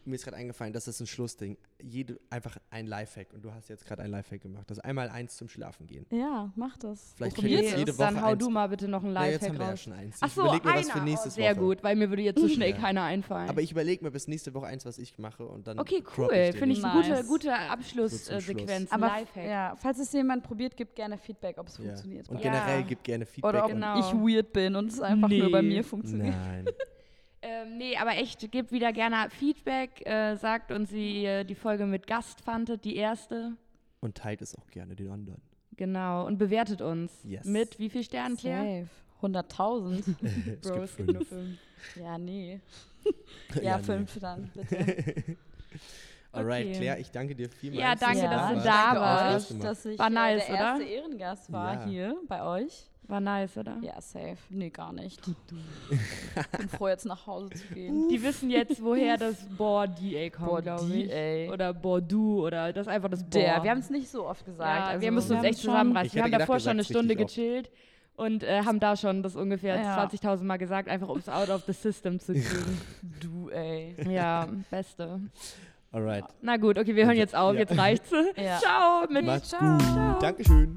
S2: Mir ist gerade eingefallen, das ist ein Schlussding. Jede, einfach ein Lifehack. Und du hast jetzt gerade ein Lifehack gemacht. Das ist einmal eins zum Schlafen gehen.
S1: Ja, macht das.
S2: Vielleicht kriegen wir
S1: probiert
S2: jetzt
S1: es.
S2: jede Woche
S3: dann hau
S2: eins.
S3: du mal bitte noch ein
S2: Na, jetzt
S3: Lifehack
S2: haben wir ja
S3: raus.
S2: schon eins.
S3: Ach
S2: Ich
S3: so,
S2: überleg mir
S3: einer.
S2: was für nächstes
S3: oh, sehr
S2: Woche. Hm.
S3: gut, weil mir würde jetzt so schnell
S2: Ja.
S3: keiner einfallen.
S2: Aber ich überlege mir bis nächste Woche eins, was ich mache. Und dann
S3: okay,
S2: droppe
S3: cool.
S2: dir
S3: Finde ich
S2: den.
S3: eine gute,
S1: Nice.
S3: gute
S2: So zum Schluss.
S3: Abschlusssequenz.
S1: Aber f-
S3: äh, Lifehack.
S1: ja, falls es jemand probiert, gibt gerne Feedback, ob es
S2: Ja.
S1: funktioniert.
S2: Und
S3: Ja.
S2: generell gib gerne Feedback.
S1: Oder ob
S2: und-
S3: Genau.
S1: ich weird bin und es einfach nur bei
S3: Nee.
S1: mir funktioniert.
S2: Nein.
S3: Ähm, nee, aber echt, gebt wieder gerne Feedback. Äh, sagt uns, wie ihr die Folge mit Gast fandet, die erste.
S2: Und teilt es auch gerne den anderen.
S3: Genau. Und bewertet uns.
S2: Yes.
S3: Mit wie viel Sternen, Claire?
S1: Safe. 100.000.
S2: Äh, Es
S3: Bro,
S2: gibt
S3: es gibt nur
S2: fünf.
S3: fünf.
S1: Ja, nee.
S2: Ja,
S1: Ja,
S2: nee.
S1: fünf dann, bitte.
S2: Alright,
S3: Okay.
S2: Claire, ich danke dir vielmals.
S3: Ja, danke,
S2: dass
S1: dass
S2: du
S1: du
S3: da
S2: warst.
S3: warst.
S2: Hast
S1: Euch,
S2: du gemacht.
S1: dass ich
S3: War
S1: äh,
S3: nice,
S1: der erste
S3: oder?
S1: Ehrengast war
S2: Ja.
S1: hier bei euch.
S3: War nice, oder?
S1: Ja, safe. Nee, gar nicht. bin froh, jetzt nach Hause zu gehen.
S3: Die wissen jetzt, woher das Bordier kommt, glaube ich.
S1: Bordier.
S3: Oder Bordeaux oder das ist einfach das Bor.
S1: Der, wir haben es nicht so oft gesagt.
S3: ja,
S1: also,
S3: wir müssen uns echt
S1: schon-
S3: zusammenreißen.
S2: Ich
S3: Wir haben
S2: hätte gedacht,
S3: davor
S2: ihr
S3: schon eine
S2: sagt's richtig
S3: Stunde gechillt und äh, haben da schon das ungefähr
S1: Ja.
S3: 20.000 Mal gesagt, einfach um es out of the system zu kriegen.
S1: Du, ey.
S3: ja, beste.
S2: Alright.
S3: Na gut, okay, wir hören jetzt
S2: Also,
S3: auf,
S2: Ja.
S3: jetzt reicht's.
S1: Ja.
S3: Ciao mit
S2: Macht's
S1: ciao.
S2: gut. Dankeschön.